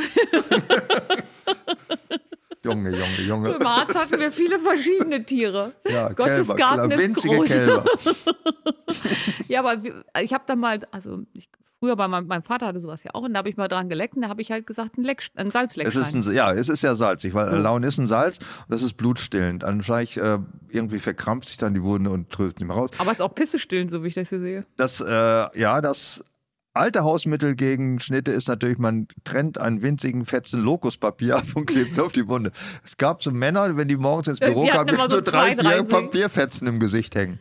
Junge, Junge, Junge.
Im Arzt hatten wir viele verschiedene Tiere.
Ja,
[laughs] Gottes
Kälber,
Garten
klar,
ist
winzige
groß.
Kälber.
[laughs] Ja, aber wir- ich habe da mal, also ich, früher bei meinem, meinem Vater hatte sowas ja auch und da habe ich mal dran geleckt und da habe ich halt gesagt, ein, Leck, ein
Es
Salzleckstein.
ist ein, ja, es ist ja salzig, weil Alaun ist ein Salz und das ist blutstillend. Anscheinend äh, irgendwie verkrampft sich dann die Wunde und tröpft nicht mehr raus.
aber es ist auch Pisse stillen, so wie ich das hier sehe.
Das, äh, ja, das alte Hausmittel gegen Schnitte ist natürlich, man trennt einen winzigen Fetzen Lokuspapier ab und klebt ihn auf die Wunde. Es gab so Männer, wenn die morgens ins
Die
Büro
hatten
kamen, die
immer
hatten
so
so drei,
zwei, drei
vier
Ding.
Papierfetzen im Gesicht hängen.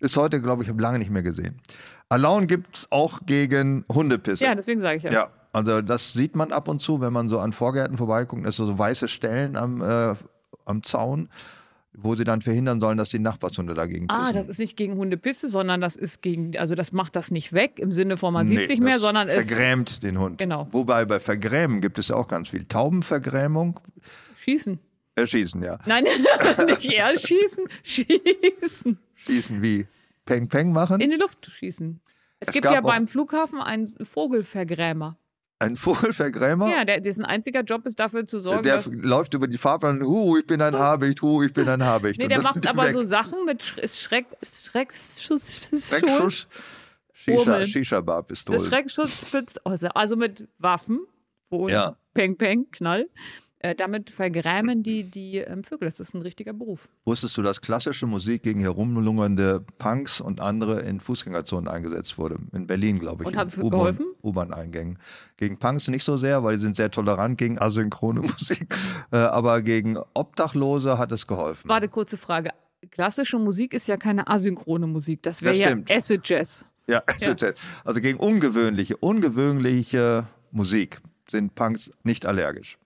Ist heute, glaube ich, habe lange nicht mehr gesehen. Alaun gibt es auch gegen Hundepisse.
Ja, deswegen sage ich ja.
Ja, also das sieht man ab und zu, wenn man so an Vorgärten vorbeiguckt, ist so so weiße Stellen am, äh, am Zaun, wo sie dann verhindern sollen, dass die Nachbarshunde dagegen
Ah,
pissen.
das ist nicht gegen Hundepisse, sondern das ist gegen, also das macht das nicht weg im Sinne von man
Nee,
sieht sich mehr,
das
sondern es
vergrämt den Hund.
Genau.
Wobei bei Vergrämen gibt es ja auch ganz viel. Taubenvergrämung,
schießen.
erschießen, ja.
Nein, [laughs] nicht erschießen, schießen.
Schießen wie Peng Peng machen.
In die Luft schießen. Es,
Es
gibt
gab
ja
auch-
beim Flughafen einen Vogelvergrämer.
Ein Vogelvergrämer.
Ja, der, dessen einziger Job ist dafür zu sorgen,
Der
dass
f- läuft über die Fahrbahn, hu, ich bin ein Habicht, hu, ich bin ein Habicht.
Nee,
Und
der
das
macht
mit dem
aber
Weg-
so Sachen mit Sch- Schreck, Schreckschuss, Schreckschuss,
Wegschuss, Shisha,
Murmeln.
Shisha-Bar-Pistole.
das Schreckschussspitz, also- also mit Waffen, wo
Ja.
Peng Peng, Knall. Äh, damit vergrämen die die ähm, Vögel. Das ist ein richtiger Beruf.
Wusstest du, dass klassische Musik gegen herumlungernde Punks und andere in Fußgängerzonen eingesetzt wurde? In Berlin, glaube ich.
Und
in
hat's
U-Bahn-
geholfen?
U-Bahn-Eingängen. Gegen Punks nicht so sehr, weil die sind sehr tolerant gegen asynchrone [laughs] Musik. Äh, aber gegen Obdachlose hat es geholfen.
Warte, kurze Frage. Klassische Musik ist ja keine asynchrone Musik. Das wäre
Das
ja
stimmt.
Acid-Jazz.
ja, [laughs] also gegen ungewöhnliche, ungewöhnliche Musik sind Punks nicht allergisch.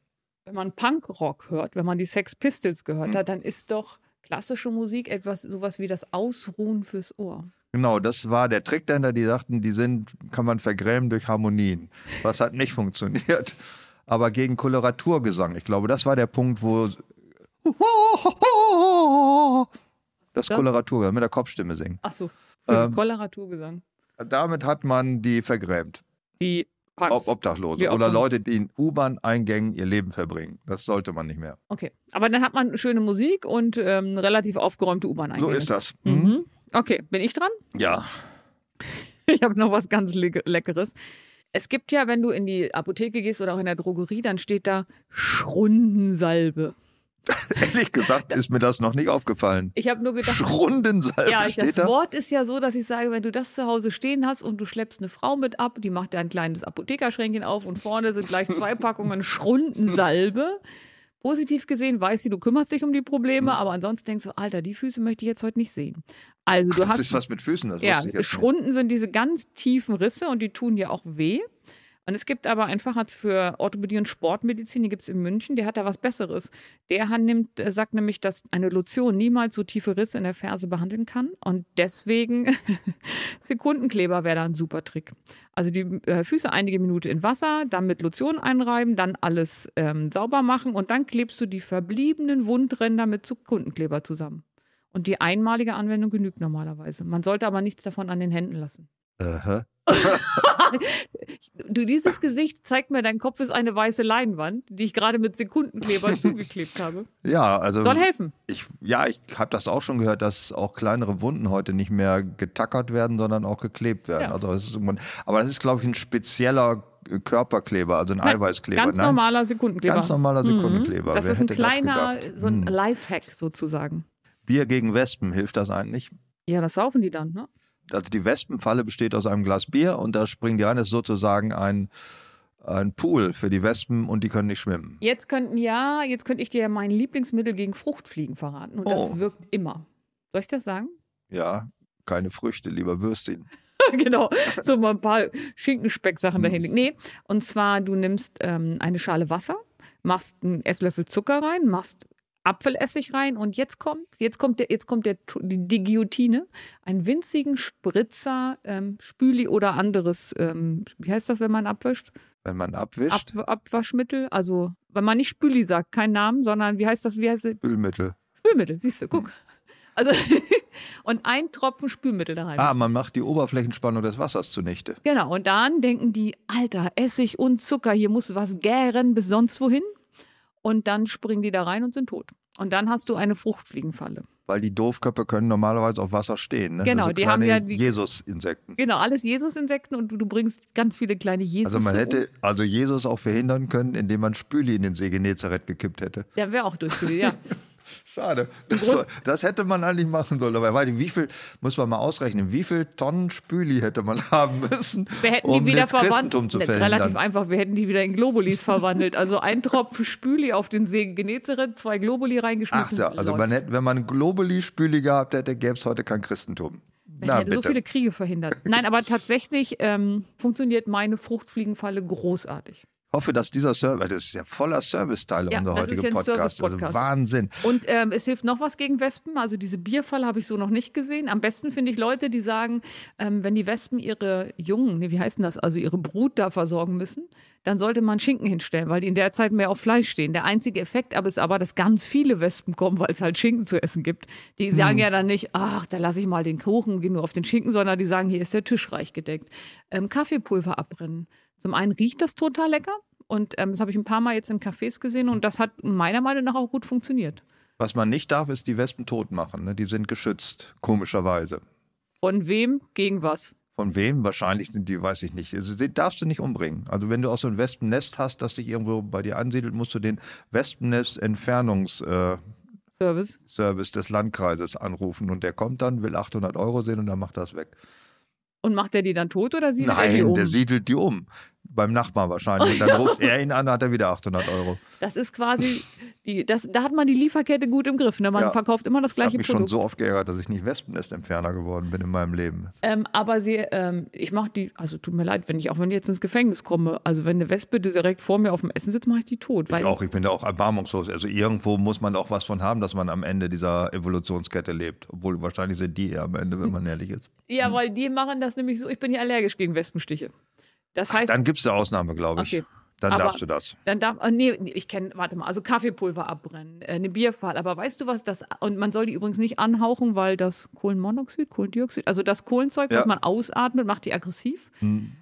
Wenn man Punkrock hört, wenn man die Sex Pistols gehört
Hm.
hat, dann ist doch klassische Musik etwas sowas wie das Ausruhen fürs Ohr.
Genau, das war der Trick dahinter. Die dachten, die sind, kann man vergrämen durch Harmonien. Was hat nicht [laughs] funktioniert. Aber gegen Koloraturgesang. Ich glaube, das war der Punkt, wo. Das
das?
Koloratur mit der Kopfstimme singen.
Achso, Für
Ähm.
den Cholera-Tourgesang.
Damit hat man die vergrämt.
Die
Ob
Punks.
Obdachlose
Wie auch
oder
immer.
Leute, die in U-Bahn-Eingängen ihr Leben verbringen. Das sollte man nicht mehr.
Okay. Aber dann hat man schöne Musik und ähm, relativ aufgeräumte U-Bahn-Eingänge.
So ist das. Mhm.
Mhm. Okay, bin ich dran? [laughs]
Ja.
Ich habe noch was ganz Leck- Leckeres. Es gibt ja, wenn du in die Apotheke gehst oder auch in der Drogerie, dann steht da Schrundensalbe.
Ehrlich gesagt ist mir das noch nicht aufgefallen.
Ich habe nur gedacht,
Schrundensalbe
ja, ich, das
steht da.
Wort ist ja so, dass ich sage, wenn du das zu Hause stehen hast und du schleppst eine Frau mit ab, die macht dir ein kleines Apothekerschränkchen auf und vorne sind
[laughs]
gleich zwei Packungen Schrundensalbe. Positiv gesehen weiß sie, du kümmerst dich um die Probleme,
Hm.
aber ansonsten denkst du, Alter, die Füße möchte ich jetzt heute nicht sehen. Also du
Ach, das
hast
ist was mit Füßen, Also das
Ja,
wusste ich jetzt nicht.
Schrunden sind diese ganz tiefen Risse und die tun dir auch weh. Und es gibt aber einen Facharzt für Orthopädie und Sportmedizin, die gibt es in München, der hat da was Besseres. Der hat nimmt, äh, sagt nämlich, dass eine Lotion niemals so tiefe Risse in der Ferse behandeln kann. Und deswegen [laughs] Sekundenkleber wäre da ein super Trick. Also die äh, Füße einige Minuten in Wasser, dann mit Lotion einreiben, dann alles ähm, sauber machen und dann klebst du die verbliebenen Wundränder mit Sekundenkleber zusammen. Und die einmalige Anwendung genügt normalerweise. Man sollte aber nichts davon an den Händen lassen.
Aha.
Du, dieses Gesicht zeigt mir, dein Kopf ist eine weiße Leinwand, die ich gerade
[laughs]
mit Sekundenkleber zugeklebt habe.
Ja, also
Soll helfen.
ich, ja, ich habe das auch schon gehört, dass auch kleinere Wunden heute nicht mehr getackert werden, sondern auch geklebt werden.
Ja.
Also es ist, irgendwann- aber das ist, glaube ich, ein spezieller äh, Körperkleber, also ein
Nein,
Eiweißkleber.
Ganz
Nein,
normaler Sekundenkleber. Mhm.
ganz normaler Sekundenkleber.
Das
Wer
ist ein
hätte
kleiner,
gedacht?
so ein
Hm.
Lifehack sozusagen.
Bier gegen Wespen, hilft das eigentlich?
Ja, das saufen die dann, ne?
Also die Wespenfalle besteht aus einem Glas Bier und da springen die rein. Das ist sozusagen ein, ein Pool für die Wespen und die können nicht schwimmen.
Jetzt könnten ja, jetzt könnte ich dir ja mein Lieblingsmittel gegen Fruchtfliegen verraten. Und
Oh.
das wirkt immer. Soll ich das sagen?
Ja, keine Früchte, lieber Würstchen.
[laughs] genau, so mal ein paar Schinkenspeck-Sachen
Hm.
dahinlegen. Nee, und zwar du nimmst ähm, eine Schale Wasser, machst einen Esslöffel Zucker rein, machst Apfelessig rein und jetzt kommt, jetzt kommt der, jetzt kommt der, Tr- die, die Guillotine, einen winzigen Spritzer, ähm, Spüli oder anderes, ähm, wie heißt das, wenn man abwischt?
Wenn man abwischt,
Ab, Abwaschmittel, also wenn man nicht Spüli sagt, kein Namen, sondern wie heißt das, wie heißt es?
Ölmittel.
Spülmittel, siehst du, guck. Also [laughs] und ein Tropfen Spülmittel da rein.
Ah, man macht die Oberflächenspannung des Wassers zunichte.
Genau, und dann denken die, Alter, Essig und Zucker, hier muss was gären bis sonst wohin. Und dann springen die da rein und sind tot. Und dann hast du eine Fruchtfliegenfalle.
Weil die Doofköpfe können normalerweise auf Wasser stehen. Ne?
Genau,
Das sind
die haben
kleine
ja die-
Jesus-Insekten.
Genau, alles Jesusinsekten und du, du bringst ganz viele kleine Jesus. um.
Also man hätte also Jesus auch verhindern können, indem man Spüli in den See Genezareth gekippt hätte.
Der wäre auch durchgeweht, ja.
Schade. Das,
Grund-
soll, das hätte man eigentlich machen sollen. Aber weil wie viel, muss man mal ausrechnen, wie viel Tonnen Spüli hätte man [laughs] haben müssen, [laughs]
Wir hätten
um
die wieder
das Christentum
verwandelt.
zu
Relativ
verhindern.
einfach, wir hätten die wieder in Globulis verwandelt. Also ein Tropfen Spüli auf den See Genezareth, zwei Globuli
Ach
reingeschmissen.
ja, also
läuft.
man hätte, wenn man Globuli-Spüli gehabt hätte, gäbe es heute kein Christentum.
Man hätte so viele Kriege verhindert. Nein, aber tatsächlich ähm, funktioniert meine Fruchtfliegenfalle großartig.
Ich hoffe, dass dieser Service, das ist ja voller Serviceteile
Ja,
unser
das ist
heutiger
ja ein
Podcast. Also
Service-Podcast.
Wahnsinn.
Und ähm, es hilft noch was gegen Wespen. Also diese Bierfalle habe ich so noch nicht gesehen. Am besten finde ich Leute, die sagen, ähm, wenn die Wespen ihre Jungen, nee, wie heißt denn das, also ihre Brut da versorgen müssen, dann sollte man Schinken hinstellen, weil die in der Zeit mehr auf Fleisch stehen. Der einzige Effekt aber ist aber, dass ganz viele Wespen kommen, weil es halt Schinken zu essen gibt. Die sagen ja dann nicht, ach, da lasse ich mal den Kuchen, gehe nur auf den Schinken, sondern die sagen, hier ist der Tisch reich gedeckt. Ähm, Kaffeepulver abbrennen. Zum einen riecht das total lecker. Und ähm, das habe ich ein paar Mal jetzt in Cafés gesehen und das hat meiner Meinung nach auch gut funktioniert.
Was man nicht darf, ist die Wespen tot machen. Ne? Die sind geschützt, komischerweise.
Von wem gegen was?
Von wem? Wahrscheinlich sind die, weiß ich nicht. Also, Die darfst du nicht umbringen. Also wenn du auch so ein Wespennest hast, das dich irgendwo bei dir ansiedelt, musst du den Wespennest-Entfernungsservice
Service.
des Landkreises anrufen. Und der kommt dann, will 800 Euro sehen und dann macht das weg.
Und macht er die dann tot oder siedelt er die
Nein,
um?
der siedelt die um. Beim Nachbarn wahrscheinlich.
[laughs]
Dann ruft er ihn an, hat er wieder 800 Euro.
das ist quasi, die, das, da hat man die Lieferkette gut im Griff. Ne? Man
Ja.
verkauft immer das
Ich habe
gleiche
mich
Produkt.
schon so oft geärgert, dass ich nicht Wespennest-Entferner geworden bin in meinem Leben.
ähm, aber sie, ähm, ich mache die, also tut mir leid, wenn ich auch wenn ich jetzt ins Gefängnis komme, also wenn eine Wespe direkt vor mir auf dem Essen sitzt, mache ich die tot. Weil
Ich auch, ich bin da auch erbarmungslos. Also irgendwo muss man auch was von haben, dass man am Ende dieser Evolutionskette lebt. Obwohl wahrscheinlich sind die eher am Ende, wenn man ehrlich
[laughs]
ist.
Ja, weil die machen das nämlich so, ich bin ja allergisch gegen Wespenstiche. Das heißt,
Dann gibt es eine Ausnahme, glaube ich.
Okay.
Dann
Aber-
darfst du das.
Dann darf, oh nee, nee, ich kenne, warte mal, also Kaffeepulver abbrennen, äh, eine Bierfall. Aber weißt du was, das, und man soll die übrigens nicht anhauchen, weil das Kohlenmonoxid, Kohlendioxid, also das Kohlenzeug,
Ja.
was man ausatmet, macht die aggressiv.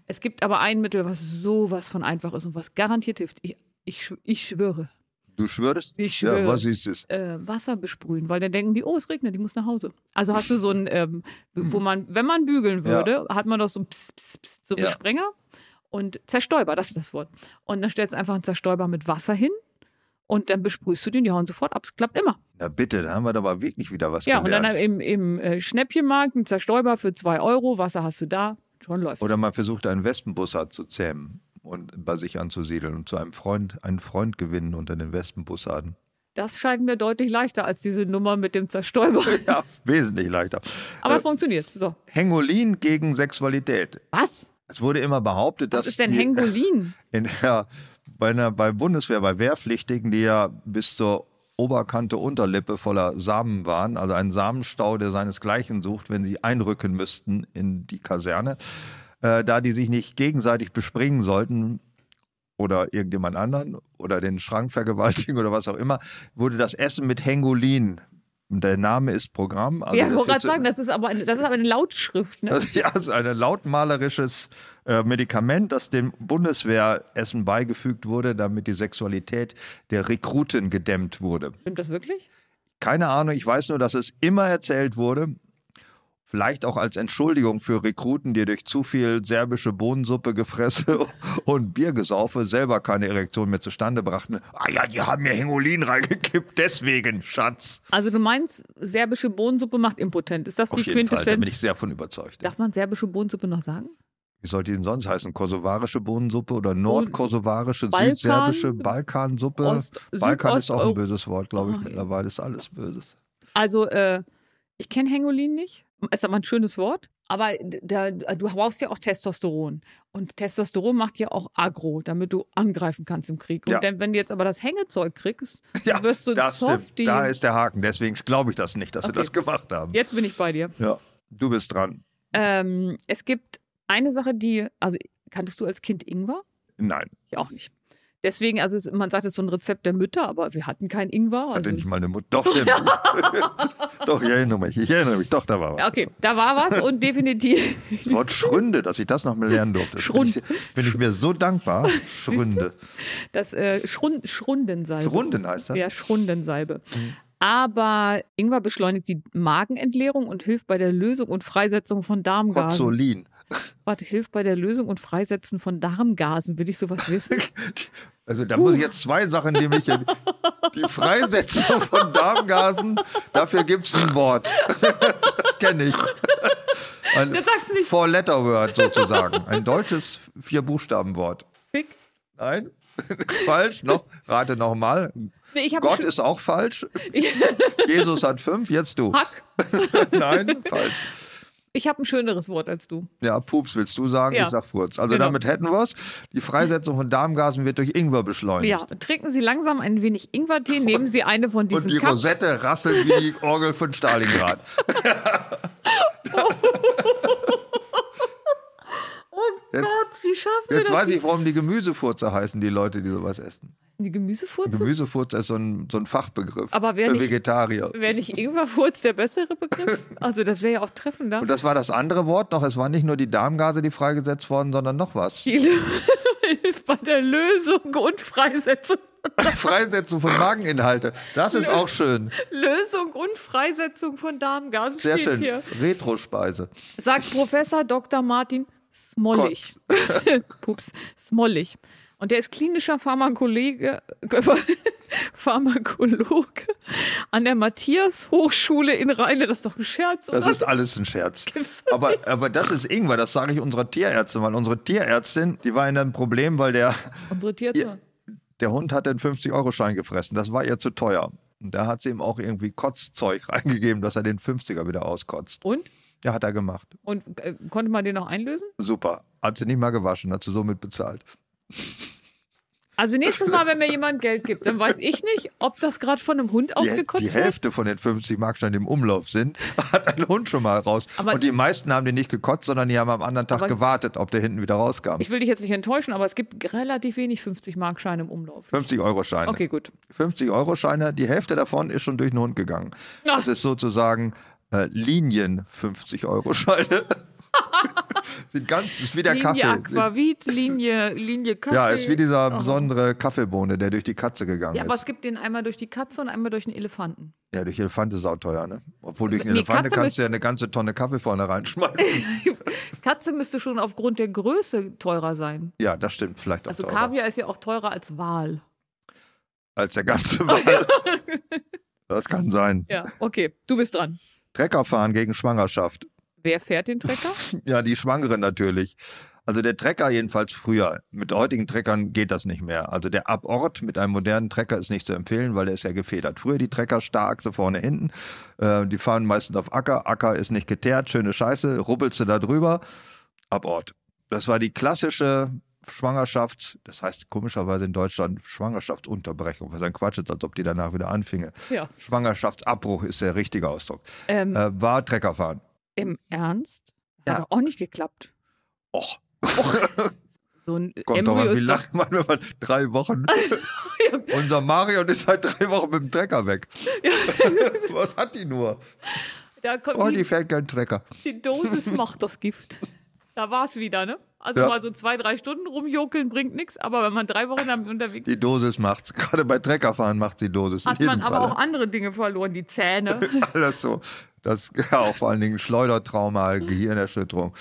Es gibt aber ein Mittel, was sowas von einfach ist und was garantiert hilft. Ich, ich, schw- ich schwöre.
Du schwörst?
Ich
Ja,
schwöre.
was ist es?
äh, Wasser besprühen, weil dann denken die, oh, es regnet, die muss nach Hause. Also hast du so ein, ähm, wo man, wenn man bügeln
Hm. Ja.
würde, hat man doch so, ein Pss, Pss, Pss, so einen
Ja.
Sprenger und Zerstäuber, das ist das Wort. Und dann stellst du einfach einen Zerstäuber mit Wasser hin und dann besprühst du den, die hauen sofort ab, es klappt immer.
Na bitte, da haben wir da aber wirklich wieder was
Ja, und
gelernt.
dann im, im äh, Schnäppchenmarkt einen Zerstäuber für zwei Euro, Wasser hast du da, schon läuft's.
Oder man versucht, einen Wespenbussard zu zähmen und bei sich anzusiedeln und zu einem Freund, einen Freund gewinnen unter den Wespenbussarden. [laughs]
das scheint mir deutlich leichter als diese Nummer mit
[laughs]
dem Zerstäuber.
Ja, wesentlich leichter.
Aber
Äh,
funktioniert. So.
Hengolin gegen Sexualität.
Was?
Es wurde immer behauptet, dass
Was ist denn
die,
Hengolin?
in der, bei, einer, bei Bundeswehr, bei Wehrpflichtigen, die ja bis zur Oberkante Unterlippe voller Samen waren, also ein Samenstau, der seinesgleichen sucht, wenn sie einrücken müssten in die Kaserne, äh, da die sich nicht gegenseitig bespringen sollten oder irgendjemand anderen oder den Schrank vergewaltigen oder was auch immer, wurde das Essen mit Hengolin. Der Name ist Programm. [laughs] Also
ja,
das
ich wollte
wird
gerade
so-
sagen, das ist, aber eine, das ist aber eine Lautschrift. [laughs] Ne?
das ja, ist also ein lautmalerisches äh, Medikament, das dem Bundeswehressen beigefügt wurde, damit die Sexualität der Rekruten gedämmt wurde.
Stimmt das wirklich?
Keine Ahnung, ich weiß nur, dass es immer erzählt wurde, vielleicht auch als Entschuldigung für Rekruten, die durch zu viel serbische Bohnensuppe gefressen [laughs] und Biergesaufe selber keine Erektion mehr zustande brachten. Ah ja, die haben mir Hengolin reingekippt, deswegen, Schatz.
Also du meinst, serbische Bohnensuppe macht impotent. Ist das
Auf
die
jeden Fall,
Quintessenz?
da bin ich sehr von überzeugt.
Darf man serbische Bohnensuppe noch sagen?
Wie sollte die denn sonst heißen? Kosovarische Bohnensuppe oder nordkosovarische,
Balkan?
südserbische Balkansuppe?
Ost-
Äh, Balkan ist auch ein
Südosteu-
böses Wort, glaube ich.
Ah, ja.
Mittlerweile ist alles Böses.
Also äh, ich kenne Hengolin nicht. Ist aber ein schönes Wort. Aber da, du brauchst ja auch Testosteron. Und Testosteron macht ja auch aggro, damit du angreifen kannst im Krieg. Und
Ja.
dann, wenn du jetzt aber das Hängezeug kriegst,
Ja,
dann wirst du
das
softy.
stimmt. Da ist der Haken. Deswegen glaube ich das nicht, dass sie
Okay.
das gemacht haben.
Jetzt bin ich bei dir.
Ja. Du bist dran.
Ähm, es gibt eine Sache, die, also kanntest du als Kind Ingwer?
Nein,
Ich auch nicht. Deswegen, also es, man sagt, es ist so ein Rezept der Mütter, aber wir hatten keinen Ingwer.
hatte
Also,
nicht mal eine Mutter. Doch, stimmt. [laughs] Doch, ich erinnere mich. Ich erinnere mich. Doch, da war was.
ja, okay, da war
[laughs]
was und definitiv.
Das Wort Schründe, dass ich das noch mal lernen durfte.
Schrund.
Bin ich, bin ich mir so
[laughs]
dankbar. Schründe.
Das äh, Schrund, Schrundensalbe.
Schrunden heißt das?
Also,
Mhm.
Ja, Schrundensalbe. Aber Ingwer beschleunigt die Magenentleerung und hilft bei der Lösung und Freisetzung von Darmgasen.
Kotzolin.
Warte, hilft bei der Lösung und Freisetzen von Darmgasen. Will ich
[laughs]
sowas wissen?
Also da muss ich jetzt zwei Sachen, die mich in die Freisetzung von Darmgasen, dafür gibt es ein Wort. Das kenne ich. Ein
Das sagst du nicht.
Four-Letter-Word sozusagen. Ein deutsches Vier-Buchstaben-Wort.
Fick.
Nein? [laughs] falsch? Noch, rate nochmal.
Nee, ich habe
Gott
schon-
ist auch falsch.
[laughs]
Jesus hat fünf, jetzt du.
Hack.
Nein, falsch.
Ich habe ein schöneres Wort als du.
Ja, Pups willst du sagen,
Ja.
ich sag Furz. Also
Genau.
damit hätten wir es. Die Freisetzung von Darmgasen wird durch Ingwer beschleunigt.
Ja, trinken Sie langsam ein wenig Ingwertee, nehmen Sie eine von diesen
Und die
Kap-
Rosette rasselt wie die Orgel von
[laughs]
Stalingrad.
Oh Gott, wie schaffen wir
Jetzt
das?
weiß ich, warum die Gemüsefurze heißen, die Leute, die sowas essen.
Die Gemüsefurze?
Gemüsefurze ist so ein, so ein Fachbegriff
Aber wer
für
nicht-
Vegetarier.
Wäre nicht Ingwerfurz der
[laughs]
bessere Begriff? Also das wäre ja auch treffender.
Und das war das andere Wort noch. Es waren nicht nur die Darmgase, die freigesetzt wurden, sondern noch was.
Chile [laughs] hilft bei der Lösung und Freisetzung.
Freisetzung von Mageninhalte. Das ist auch schön.
Lösung und Freisetzung von Darmgasen
Sehr
steht
schön.
hier.
Retrospeise.
Sagt Professor Dr. Martin Smollig. [laughs] Pups, Smollig. Und der ist klinischer Pharmakologe, [laughs] Pharmakologe an der Matthias-Hochschule in Rheine. Das ist doch ein Scherz,
Das
oder?
ist alles ein Scherz.
Gibt's
Aber, aber das ist Ingwer, das sage ich unserer Tierärztin, weil unsere Tierärztin, die war in einem Problem, weil der
Unsere
Ja.
Tierzimmer.
der Hund hat den 50-Euro-Schein gefressen. Das war ihr zu teuer. Und da hat sie ihm auch irgendwie Kotzzeug [laughs] reingegeben, dass er den 50er wieder auskotzt.
Und?
Ja, hat er gemacht.
Und äh, konnte man den noch einlösen?
Super. Hat sie nicht mal gewaschen, hat sie somit bezahlt.
Also nächstes Mal, wenn mir jemand Geld gibt, dann weiß ich nicht, ob das gerade von einem Hund
Die, die
ausgekotzt wird.
Hälfte von den 50 Marksteinen, die im Umlauf sind, [laughs] hat ein Hund schon mal raus.
Aber-
und die meisten haben den nicht gekotzt, sondern die haben am anderen Tag
Aber-
gewartet, ob der hinten wieder rauskam.
Ich will dich jetzt nicht enttäuschen, aber es gibt relativ wenig 50-Mark-Scheine im Umlauf.
50-Euro-Scheine.
Okay, gut.
50-Euro-Scheine, die Hälfte davon ist schon durch den Hund gegangen.
Na.
Das ist sozusagen äh, Linien 50-Euro-Scheine. [laughs] Sind ganz, ist wie der
Linie
Kaffee.
Aquavit, Linie, Linie Kaffee.
ja, ist wie dieser
Oh.
besondere Kaffeebohne, der durch die Katze gegangen
Ja, aber es
ist.
gibt den einmal durch die Katze und einmal durch den Elefanten.
Ja, durch Elefante sauteuer, ne? Obwohl durch
Nee,
einen Elefante
Katze
kannst du ja eine ganze Tonne Kaffee vorne
[laughs]
reinschmeißen.
Katze müsste schon aufgrund der Größe teurer sein.
ja, das stimmt vielleicht auch
Also
teurer.
Kaviar ist ja auch teurer als Wal.
als der
[laughs]
ganze Wald. Das kann sein.
Ja, okay, du bist dran.
Trecker fahren gegen Schwangerschaft.
Wer fährt den Trecker?
Ja, die Schwangere natürlich. Also der Trecker jedenfalls früher. Mit heutigen Treckern geht das nicht mehr. Also der Abort mit einem modernen Trecker ist nicht zu empfehlen, weil der ist ja gefedert. Früher die Trecker Starachse vorne hinten. Äh, die fahren meistens auf Acker. Acker ist nicht geteert. Schöne Scheiße. Rubbelst du da drüber. Abort. Das war die klassische Schwangerschaft. Das heißt komischerweise in Deutschland Schwangerschaftsunterbrechung. Was ein Quatsch ist, als ob die danach wieder anfinge.
Ja.
Schwangerschaftsabbruch ist der richtige Ausdruck.
Ähm,
Äh, war Treckerfahren.
Im Ernst?
Ja.
Hat doch auch nicht geklappt.
Och,
So ein
kommt doch
Embryo
mal, wie
ist doch,
lange man, wenn man drei Wochen.
[laughs] Ja.
Unser Marion ist seit drei Wochen mit dem Trecker weg. [laughs] Was hat die nur?
da kommt
Oh,
nie-
die fährt keinen Trecker.
Die Dosis macht das Gift. Da war es wieder, ne? Also
Ja.
mal so zwei, drei Stunden rumjokeln bringt nichts, aber wenn man drei Wochen damit unterwegs ist,
Die Dosis macht's. Gerade bei Treckerfahren macht die Dosis.
hat
in
man
jedem
aber
Falle.
auch andere Dinge verloren,
[laughs]
die Zähne.
Alles so. Das, ja, auch vor allen Dingen
[laughs]
Schleudertrauma, Gehirnerschütterung.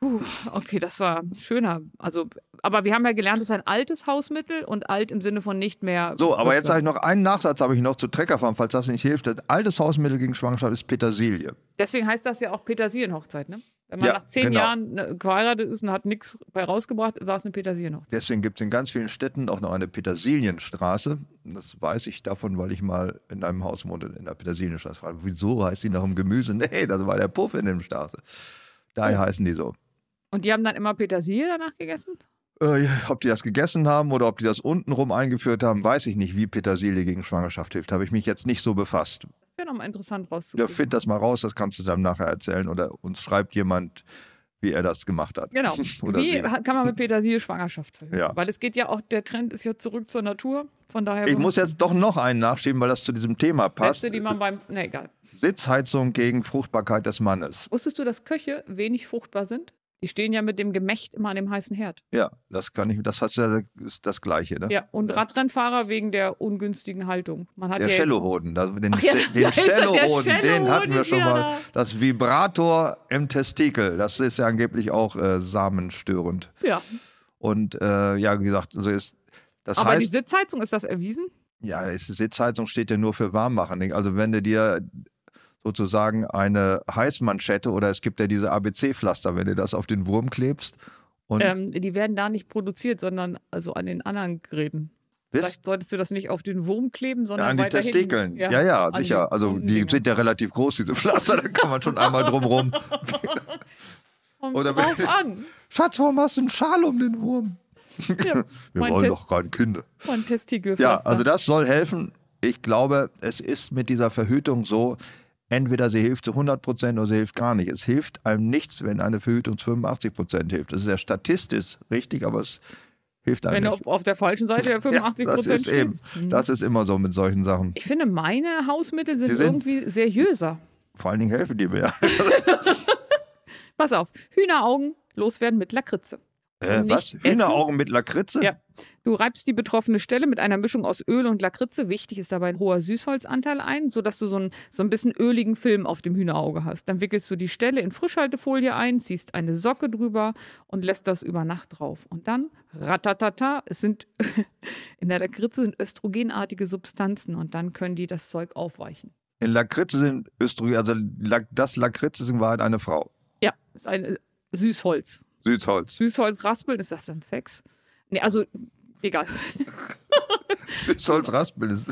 Puh, okay, das war schöner. Also, aber wir haben ja gelernt, es ist ein altes Hausmittel und alt im Sinne von nicht mehr.
So, aber jetzt halt-
wirksam.
habe ich noch einen Nachsatz habe ich noch zu Treckerfahren, falls das nicht hilft. Das altes Hausmittel gegen Schwangerschaft ist Petersilie.
Deswegen heißt das ja auch Petersilienhochzeit, ne? Wenn man
Ja,
nach zehn
genau.
Jahren ne, geheiratet ist und hat nichts bei rausgebracht, war es eine Petersilienhochzeit.
Deswegen gibt es in ganz vielen Städten auch noch eine Petersilienstraße. Das weiß ich davon, weil ich mal in einem Haus wohnte, in der Petersilienstraße. Fragte, wieso heißt die nach dem Gemüse? [laughs] Nee, das war der Puff in dem Straße. Daher heißen die so.
Und die haben dann immer Petersilie danach gegessen?
Äh, ob die das gegessen haben oder ob die das untenrum eingeführt haben, weiß ich nicht, wie Petersilie gegen Schwangerschaft hilft. Habe ich mich jetzt nicht so befasst.
Wäre nochmal interessant
Ja,
rauszukriegen.
find das mal raus, das kannst du dann nachher erzählen. Oder uns schreibt jemand, wie er das gemacht hat.
Genau.
[laughs] Oder
Wie
sie.
ha- kann man mit Petersilie Schwangerschaft verhüten?
Ja.
Weil es geht ja auch, der Trend ist ja zurück zur Natur. Von daher
Ich muss jetzt doch noch einen nachschieben, weil das zu diesem Thema passt.
Sätze, die man beim. Ne, egal.
Sitzheizung gegen Fruchtbarkeit des Mannes.
Wusstest du, dass Köche wenig fruchtbar sind? Die stehen ja mit dem Gemächt immer an dem heißen Herd.
Ja, das kann ich, das heißt ja ist das Gleiche, ne?
Ja, und Radrennfahrer wegen der ungünstigen Haltung. Man hat
Der
ja
Cellohoden, das- den,
Ach [laughs] ja,
Ste-
da
den
ist er, der
Cellohoden, den
Cellohoden
hatten wir
ist
schon
wieder
mal.
da.
Das Vibrator im Testikel, das ist ja angeblich auch äh, samenstörend.
ja.
Und äh, ja, wie gesagt, also ist, das
Aber die
heißt,
Sitzheizung, ist das erwiesen?
ja, es- Sitzheizung steht ja nur für Warmmachen. nicht? Also wenn du dir sozusagen eine Heißmanschette oder es gibt ja diese ABC-Pflaster, wenn du das auf den Wurm klebst und
Ähm, die werden da nicht produziert, sondern also an den anderen Geräten.
bist,
Vielleicht solltest du das nicht auf den Wurm kleben,
Ja,
sondern
an die
weiter hinten.
Testikeln. Ja, ja,
an genau.
sicher.
die
Also
runden
die
Dinger.
sind ja relativ groß, diese Pflaster. Da kann man schon
[laughs]
einmal drum rum.
Kommt
Oder
drauf
[laughs]
an.
Schatz, warum hast du einen Schal um den Wurm?
Ja,
Wir
Mein
wollen
Test-
doch kein Kinder.
von
Ja,
Testikelpflaster.
also das soll helfen. Ich glaube, es ist mit dieser Verhütung so, entweder sie hilft zu 100 Prozent oder sie hilft gar nicht. Es hilft einem nichts, wenn eine Verhütung zu 85 Prozent hilft. Das ist ja statistisch richtig, aber es hilft einem
Wenn du
nicht.
auf, auf der falschen Seite der
[laughs]
85
ja, das
Prozent Hm.
ist eben, das ist immer so mit solchen Sachen.
Ich finde, meine Hausmittel sind,
Die sind-
irgendwie seriöser.
Vor allen Dingen helfen die mir.
Pass auf, Hühneraugen loswerden mit Lakritze.
Äh,
Nicht
was?
essen?
Hühneraugen mit Lakritze?
Ja. Du reibst die betroffene Stelle mit einer Mischung aus Öl und Lakritze, wichtig ist dabei ein hoher Süßholzanteil ein, sodass du so, einen, so ein bisschen öligen Film auf dem Hühnerauge hast. Dann wickelst du die Stelle in Frischhaltefolie ein, ziehst eine Socke drüber und lässt das über Nacht drauf. Und dann, ratatata, es sind [laughs] in der Lakritze sind östrogenartige Substanzen und dann können die das Zeug aufweichen.
In Lakritze sind Östrogen, also Lak- das Lakritze ist in Wahrheit eine Frau.
Ja, ist ein äh, Süßholz. [laughs]
Süßholz.
Süßholz raspeln, ist das dann
[laughs]
Sex? Nee, also, egal.
Süßholz raspeln ist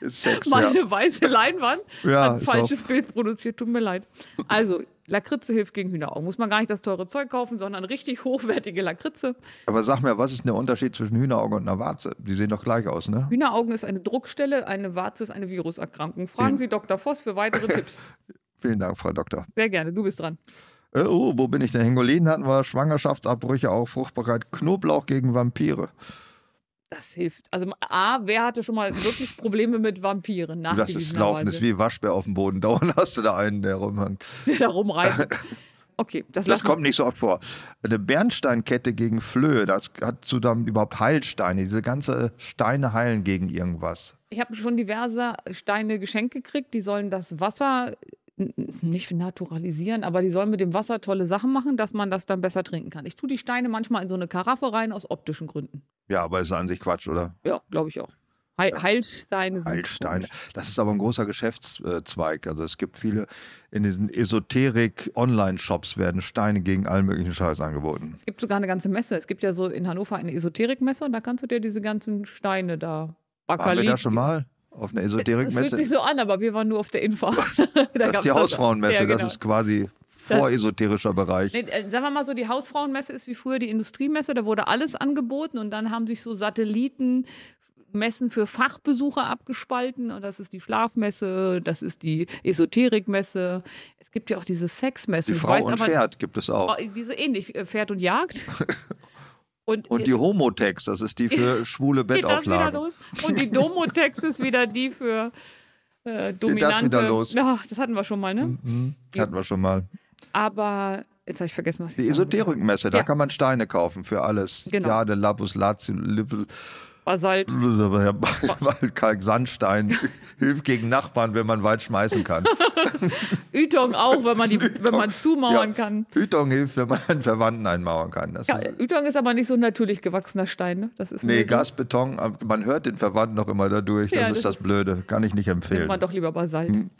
Ist Sex, ja.
meine weiße Leinwand
[laughs] Ja,
hat ein
ist auch-
falsches Bild produziert. Tut mir leid. Also, Lakritze hilft gegen Hühneraugen. Muss man gar nicht das teure Zeug kaufen, sondern richtig [laughs] hochwertige Lakritze.
Aber sag mir, was ist denn der Unterschied zwischen Hühnerauge und einer Warze? Die sehen doch gleich aus, ne?
Hühneraugen ist eine Druckstelle, eine Warze ist eine Viruserkrankung.
Mhm.
Fragen Sie Dr. Voss für
[laughs]
weitere Tipps.
Vielen Dank, Frau Doktor.
Sehr gerne, du bist dran.
Äh, oh, wo bin ich denn? Hingolin hatten wir, Schwangerschaftsabbrüche auch, Fruchtbarkeit, Knoblauch gegen Vampire.
Das hilft. Also A, wer hatte schon mal wirklich Probleme mit Vampiren?
Das ist Laufen, das ist
nachgewiesenerweise,
wie Waschbär auf dem Boden. Dauernd [laughs] hast du da einen, der rumhängt.
Der
[laughs]
da rumreitet. Okay,
Das
das, lassen-
kommt nicht so oft vor. Eine Bernsteinkette gegen Flöhe, das hat zu dann überhaupt Heilsteine. Diese ganze Steine heilen gegen irgendwas.
Ich habe schon diverse Steine geschenkt gekriegt, die sollen das Wasser n- n- nicht naturalisieren, aber die sollen mit dem Wasser tolle Sachen machen, dass man das dann besser trinken kann. Ich tue die Steine manchmal in so eine Karaffe rein aus optischen Gründen.
Ja, aber ist an sich Quatsch, oder?
Ja, glaube ich auch. Heil Heilsteine sind
Heilsteine. Das ist aber ein großer Geschäftszweig. Also es gibt viele, in diesen Esoterik-Online-Shops werden Steine gegen allen möglichen Scheiß angeboten.
Es gibt sogar eine ganze Messe. Es gibt ja so in Hannover eine Esoterikmesse und da kannst du dir diese ganzen Steine da
Waren wir
Bakalit.
da schon mal? Auf einer
[laughs] Das fühlt sich
Esoterikmesse?
so an, aber wir waren nur auf der Info. [laughs] Da
Das ist
gab's
die Hausfrauenmesse.
Ja, genau.
Das ist quasi voresoterischer Bereich.
Nee, äh, sagen wir mal so, die Hausfrauenmesse ist wie früher die Industriemesse, da wurde alles angeboten und dann haben sich so Satellitenmessen für Fachbesucher abgespalten und das ist die Schlafmesse, das ist die Esoterikmesse. Es gibt ja auch diese Sexmesse.
Die Frau und Pferd gibt es auch.
oh, Diese ähnlich, äh, Pferd
[laughs]
und Jagd. Und,
Und die Homotex, das ist die
[laughs]
für schwule
geht das wieder
Bettauflagen.
los? Und die Domotex ist wieder die für äh, dominante.
wieder los?
Ja, das hatten wir schon mal, ne?
Mhm. Hatten wir schon mal.
Aber jetzt habe ich vergessen, was ich
Die
sagen wollte.
Esoterikmesse, da
Ja.
kann man Steine kaufen für alles.
Genau.
Jade, Lapis, Lazuli, Lippel,
Basalt.
[laughs] Waldkalk, Sandstein. Hilft gegen Nachbarn, wenn man weit schmeißen kann.
Ytong auch,
[laughs]
wenn man, die, [laughs] wenn man zumauern
Ja,
kann.
Hütung hilft, wenn man einen Verwandten einmauern kann. Das
Ja,
ist,
Ytong ist aber nicht so ein natürlich gewachsener Stein. Ne? Das ist
nee,
mehr so-
Gasbeton, äh, man hört den Verwandten noch immer dadurch. Das
Ja,
ist
das
das Blöde. Kann ich nicht
Nimmt
empfehlen.
man doch lieber Basalt.
Hm.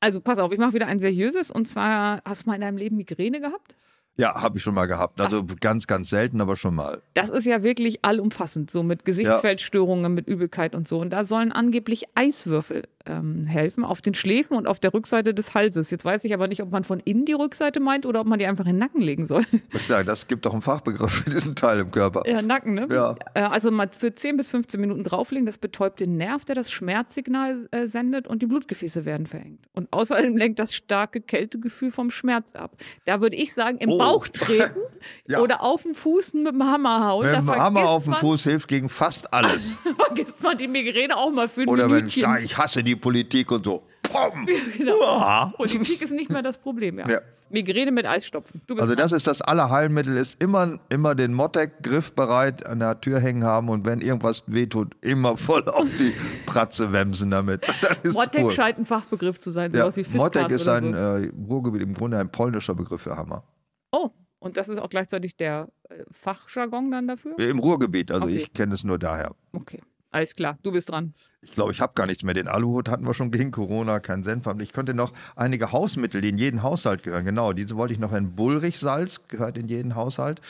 Also pass auf, ich mache wieder ein seriöses. Und zwar, hast du mal in deinem Leben Migräne gehabt?
Ja, habe ich schon mal gehabt. Also ganz, ganz selten, aber schon mal.
Das ist ja wirklich allumfassend, so mit Gesichtsfeldstörungen, mit Übelkeit und so. Und da sollen angeblich Eiswürfel ähm, helfen, auf den Schläfen und auf der Rückseite des Halses. Jetzt weiß ich aber nicht, ob man von innen die Rückseite meint oder ob man die einfach in den Nacken legen soll.
Ich sag, das gibt doch einen Fachbegriff für diesen Teil im Körper.
Ja, Nacken, ne?
Ja.
Äh, Also mal für 10 bis 15 Minuten drauflegen, das betäubt den Nerv, der das Schmerzsignal äh, sendet und die Blutgefäße werden verengt. Und außerdem lenkt das starke Kältegefühl vom Schmerz ab. Da würde ich sagen, im
Oh.
Bauch treten
[laughs] Ja.
oder auf den Fuß mit dem Hammer hauen.
Mit
da
dem
vergisst
Hammer auf dem
man,
Fuß hilft gegen fast alles.
[laughs] Vergisst man die Migräne auch mal für [laughs] ein
Oder wenn ich
Minütchen.
sage, ich hasse die Politik und so. Ah. Pom.
[laughs] Genau.
Uah.
Politik ist nicht mehr das Problem, ja.
Oh. Ja.
Migräne mit Eisstopfen. Du bist
Also
dran.
das ist das Allerheilmittel, ist immer, immer den Mottek-Griff bereit an der Tür hängen haben und wenn irgendwas wehtut, immer voll auf die Pratze wemsen damit. [laughs] Das ist
Mottek
cool.
scheint ein Fachbegriff zu sein,
ja,
sowas wie Fiskars
Mottek ist
oder
ein
so.
äh, Ruhrgebiet, im Grunde ein polnischer Begriff für Hammer.
Oh, und das ist auch gleichzeitig der äh, Fachjargon dann dafür?
Im Ruhrgebiet, also
Okay.
ich kenne es nur daher.
Okay, alles klar, du bist dran.
Ich glaube, ich habe gar nichts mehr. Den Aluhut hatten wir schon gegen Corona, kein Senf. haben. Ich könnte noch einige Hausmittel, die in jeden Haushalt gehören. Genau, diese wollte ich noch. Ein Bullrichsalz gehört in jeden Haushalt.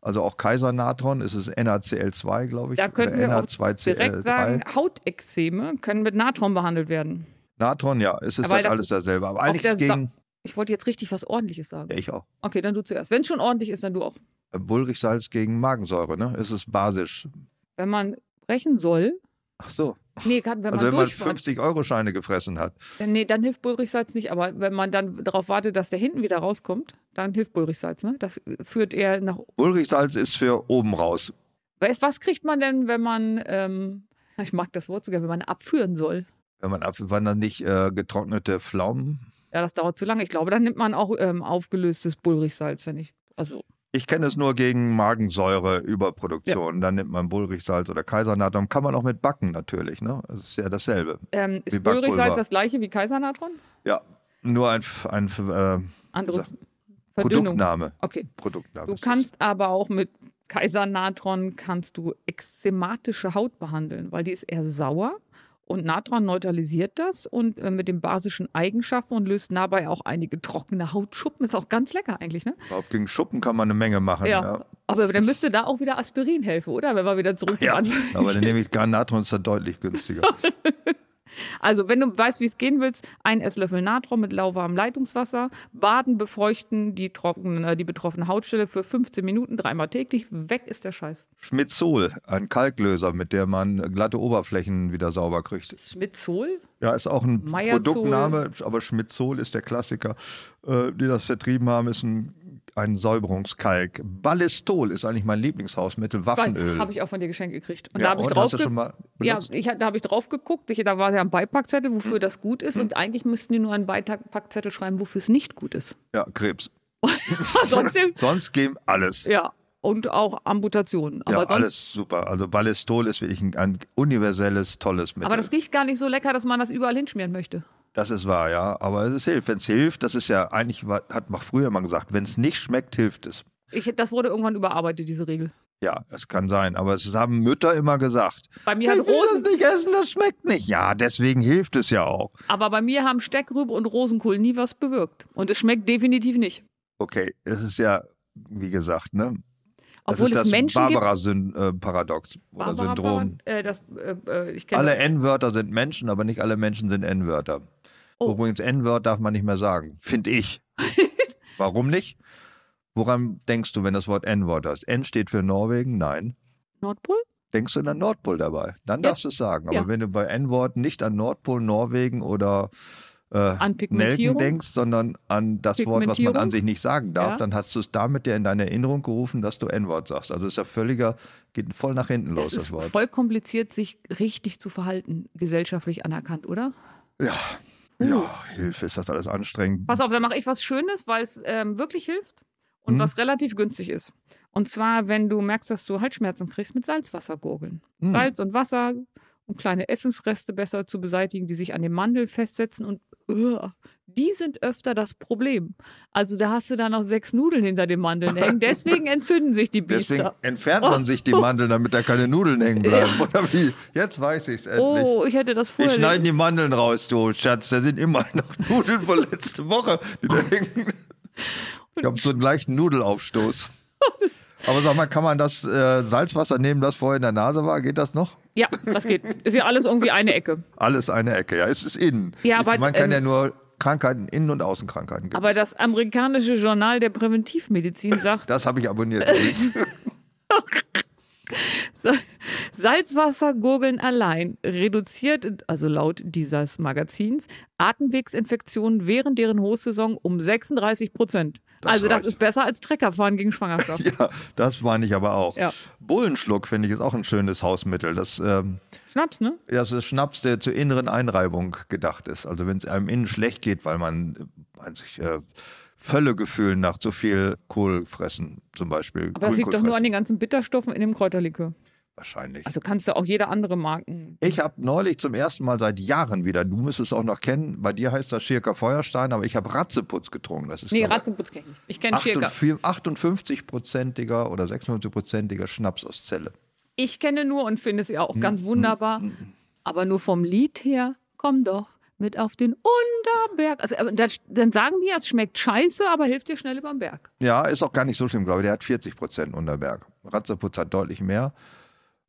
Also auch Kaisernatron, es ist NaCl2, glaube ich.
Da könnten
oder
wir auch
NH2CL3.
direkt sagen, Hautexeme können mit Natron behandelt werden.
Natron, ja, es ist
Weil
halt
das
alles
ist
dasselbe. Aber eigentlich
der
ist gegen.
Ich wollte jetzt richtig was Ordentliches sagen.
Ja, ich auch.
Okay, dann du zuerst. Wenn es schon ordentlich ist, dann du auch.
Bullrichsalz gegen Magensäure, ne? Es ist basisch.
Wenn man brechen soll,
Ach so.
nee, kann, wenn
also wenn
man
man
durchfährt,
50-Euro-Scheine gefressen hat.
nee, dann hilft Bullrichsalz nicht. Aber wenn man dann darauf wartet, dass der hinten wieder rauskommt, dann hilft Bullrichsalz. Ne? Das führt eher nach.
Bullrichsalz ist für oben raus.
Was, was kriegt man denn, wenn man, ähm, ich mag das Wort sogar, wenn man abführen soll?
Wenn man ab, wenn dann nicht äh, getrocknete Pflaumen
Ja, das dauert zu lange. Ich glaube, dann nimmt man auch ähm, aufgelöstes Bullrichsalz, wenn ich. Also
Ich kenne es nur gegen Magensäureüberproduktion. Dann nimmt man Bullrichsalz oder Kaisernatron. Kann man auch mit backen natürlich. Ne? Das ist ja dasselbe.
ähm,
Wie
ist Bullrichsalz
Backpulver.
das gleiche wie Kaisernatron?
Ja, nur ein, ein äh,
Andere
Sa-
Verdünnung.
Produktname.
Okay.
Produktname.
Du
ist
kannst aber auch mit Kaisernatron kannst du exzematische Haut behandeln, weil die ist eher sauer und Natron neutralisiert das und äh, mit den basischen Eigenschaften und löst dabei auch einige trockene Hautschuppen. Ist auch ganz lecker eigentlich, ne?
es. Überhaupt gegen Schuppen kann man eine Menge machen. Also, Ja.
Ja. Aber dann müsste da auch wieder Aspirin helfen, oder? Wenn wir wieder zurück zum
Ja,
Anfang. [laughs]
aber dann nehme ich Garnatron, ist da deutlich günstiger.
Also, wenn du weißt, wie es gehen willst, ein Esslöffel Natron mit lauwarmem Leitungswasser, baden, befeuchten die, trockene, die betroffene Hautstelle für 15 Minuten, dreimal täglich. Weg ist der Scheiß.
Schmitzol, ein Kalklöser, mit der man glatte Oberflächen wieder sauber kriegt.
Schmitzol?
Ja, ist auch ein
Meierzol.
Produktname, aber Schmitzol ist der Klassiker. Äh, die das vertrieben haben, ist ein, ein Säuberungskalk. Ballistol ist eigentlich mein Lieblingshausmittel,
Weiß,
Waffenöl.
habe ich auch von dir geschenkt gekriegt. Und
Ja,
da habe ich
und
drauf
hast du schon mal
Ja,
benutzt?
ich, hab- da habe ich drauf geguckt. Ich, da war ja ein Beipackzettel, wofür das gut ist. Und eigentlich müssten die nur einen Beipackzettel schreiben, wofür es nicht gut ist.
ja, Krebs.
[laughs] Trotzdem,
[laughs] Sonst gehen alles.
ja. Und auch Amputationen. Aber
ja,
sonst.
alles super. Also Ballistol ist wirklich ein, ein universelles, tolles Mittel.
Aber das riecht gar nicht so lecker, dass man das überall hinschmieren möchte.
Das ist wahr, ja. Aber es hilft. Wenn es hilft, das ist ja eigentlich, wa- hat man früher mal gesagt, wenn es nicht schmeckt, hilft es.
Ich, das wurde irgendwann überarbeitet, diese Regel.
Ja, es kann sein. Aber es haben Mütter immer gesagt.
Bei mir
Ich will
hat
das
Rosen,
nicht essen, das schmeckt nicht. Ja, deswegen hilft es ja auch.
aber bei mir haben Steckrübe und Rosenkohl nie was bewirkt. Und es schmeckt definitiv nicht.
Okay, es ist ja, wie gesagt, ne? Das
Obwohl
ist das
es Menschen gibt.
Barbara-Paradox oder
Barbara
Syndrom.
Barra- äh, das, äh, äh, ich kenne
Alle N-Wörter sind Menschen, aber nicht alle Menschen sind N-Wörter.
Oh.
Übrigens, N-Wort darf man nicht mehr sagen, finde ich. Warum nicht? Woran denkst du, wenn das Wort N-Wort hast? N steht für Norwegen? Nein.
Nordpol?
Denkst du an den Nordpol dabei? Dann
Ja.
darfst du es sagen. Aber
Ja.
wenn du bei N-Worten nicht an Nordpol, Norwegen oder äh,
An Pigmentierung?
Nelken denkst, sondern an das Wort, was man an
Pigmentierung?
sich nicht sagen darf,
Ja.
dann hast du es damit ja in deine Erinnerung gerufen, dass du N-Wort sagst. Also ist ja völliger, geht voll nach hinten los,
Es
das
ist
Wort.
voll kompliziert, sich richtig zu verhalten, gesellschaftlich anerkannt, oder?
Ja. Ja, Hilfe, ist das alles anstrengend.
Pass auf, dann mache ich Uh. was Schönes, weil es ähm, wirklich hilft und
Mhm.
was relativ günstig ist. Und zwar, wenn du merkst, dass du Halsschmerzen kriegst, mit Salzwasser gurgeln.
Hm.
Salz und Wasser, um kleine Essensreste besser zu beseitigen, die sich an dem Mandel festsetzen und Uah, die sind öfter das Problem. Also da hast du dann noch sechs Nudeln hinter dem Mandeln
[laughs]
hängen. Deswegen entzünden sich die
Deswegen
Biester.
entfernt
Oh.
man sich die Mandeln, damit da keine Nudeln
[laughs]
hängen bleiben. Oder wie? Jetzt weiß ich es endlich.
Oh, ich hätte das
äh, ich
vorher.
schneide die Mandeln raus, du Schatz. Da sind immer noch [laughs] Nudeln von letzte Woche. Die da hängen. Ich habe so einen leichten
[laughs]
Nudelaufstoß. Aber sag mal, kann man das äh, Salzwasser nehmen, das vorher in der Nase war? Geht das noch?
ja, das geht. Ist ja alles irgendwie eine Ecke.
Alles eine Ecke, ja. Es ist innen.
Ja,
ich,
aber,
man kann ja
ähm,
nur Krankheiten, Innen- und Außenkrankheiten geben.
Aber das amerikanische Journal der Präventivmedizin sagt,
Das habe ich
[laughs]
abonniert.
Sa- [laughs] Salzwasser gurgeln allein reduziert, also laut dieses Magazins, Atemwegsinfektionen während deren Hochsaison um 36 Prozent.
Das
Also das
reicht.
ist besser als Treckerfahren gegen
[laughs]
Schwangerschaft.
ja, das meine ich aber auch.
Ja.
Bullenschluck, finde ich, ist auch ein schönes Hausmittel. Das ähm,
Schnaps, ne?
Das ist Schnaps, der zur inneren Einreibung gedacht ist. Also wenn es einem innen schlecht geht, weil man äh, man sich äh, Völlegefühl nach zu viel Kohl fressen, zum Beispiel.
Aber das liegt
Grünkohl
doch nur an
fressen,
den ganzen Bitterstoffen in dem Kräuterlikör.
Wahrscheinlich.
Also kannst du auch jede andere Marken.
Ich habe neulich zum ersten Mal seit Jahren wieder, du müsstest es auch noch kennen, bei dir heißt das Schirker Feuerstein, aber ich habe Ratzeputz getrunken. Das ist
Nee,
glaub ich,
Ratzenputz kenne ich nicht. Ich kenne Schirka.
58 58-prozentiger oder 56-prozentiger Schnaps aus Zelle.
Ich kenne nur und finde es ja
Hm,
auch ganz wunderbar. Aber nur vom Lied her, komm doch mit auf den Unterberg. Also, aber das, dann sagen die, es schmeckt scheiße, aber hilft dir schnell überm Berg.
Ja, ist auch gar nicht so schlimm, glaube ich. Der hat 40 Prozent Unterberg. Ratzeputz hat deutlich mehr.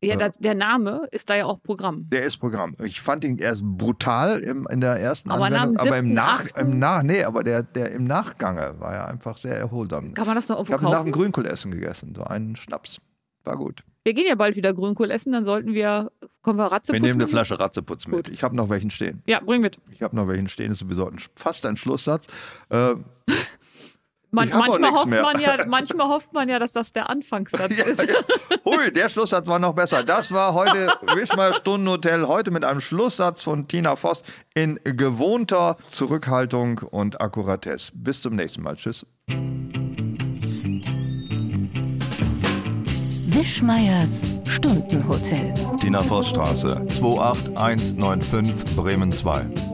Ja, das, der Name ist da ja auch Programm.
Der ist Programm. Ich fand ihn erst brutal im, in der ersten
Aber nach
Anwendung,
dem
aber im
siebten,
Nach,
achten-
im Nach, nee, aber der, der im Nachgange war ja einfach sehr erholsam.
Kann man das noch
Ich
irgendwo
habe nach dem
kaufen?
Grünkohlessen gegessen, so einen Schnaps. War gut.
Wir gehen ja bald wieder Grünkohl essen, dann sollten wir, kommen wir Ratze
Wir nehmen eine
putzen?
Flasche Ratzeputz mit.
Gut.
Ich habe noch welchen stehen.
Ja, bring mit.
Ich habe noch welchen stehen. Ist sowieso ein, fast ein Schlusssatz. Äh,
Man,
Ich hab auch
manchmal,
nichts
hofft
mehr. [laughs]
man ja, manchmal hofft man ja, dass das der Anfangssatz
Ja,
ist.
hui, der Schlusssatz war noch besser. Das war
[laughs]
heute Wischmeier Stundenhotel. Heute mit einem Schlusssatz von Tina Voss in gewohnter Zurückhaltung und Akkuratesse. Bis zum nächsten Mal. Tschüss.
Wischmeiers Stundenhotel.
Tina Voss Straße 28195 Bremen 2.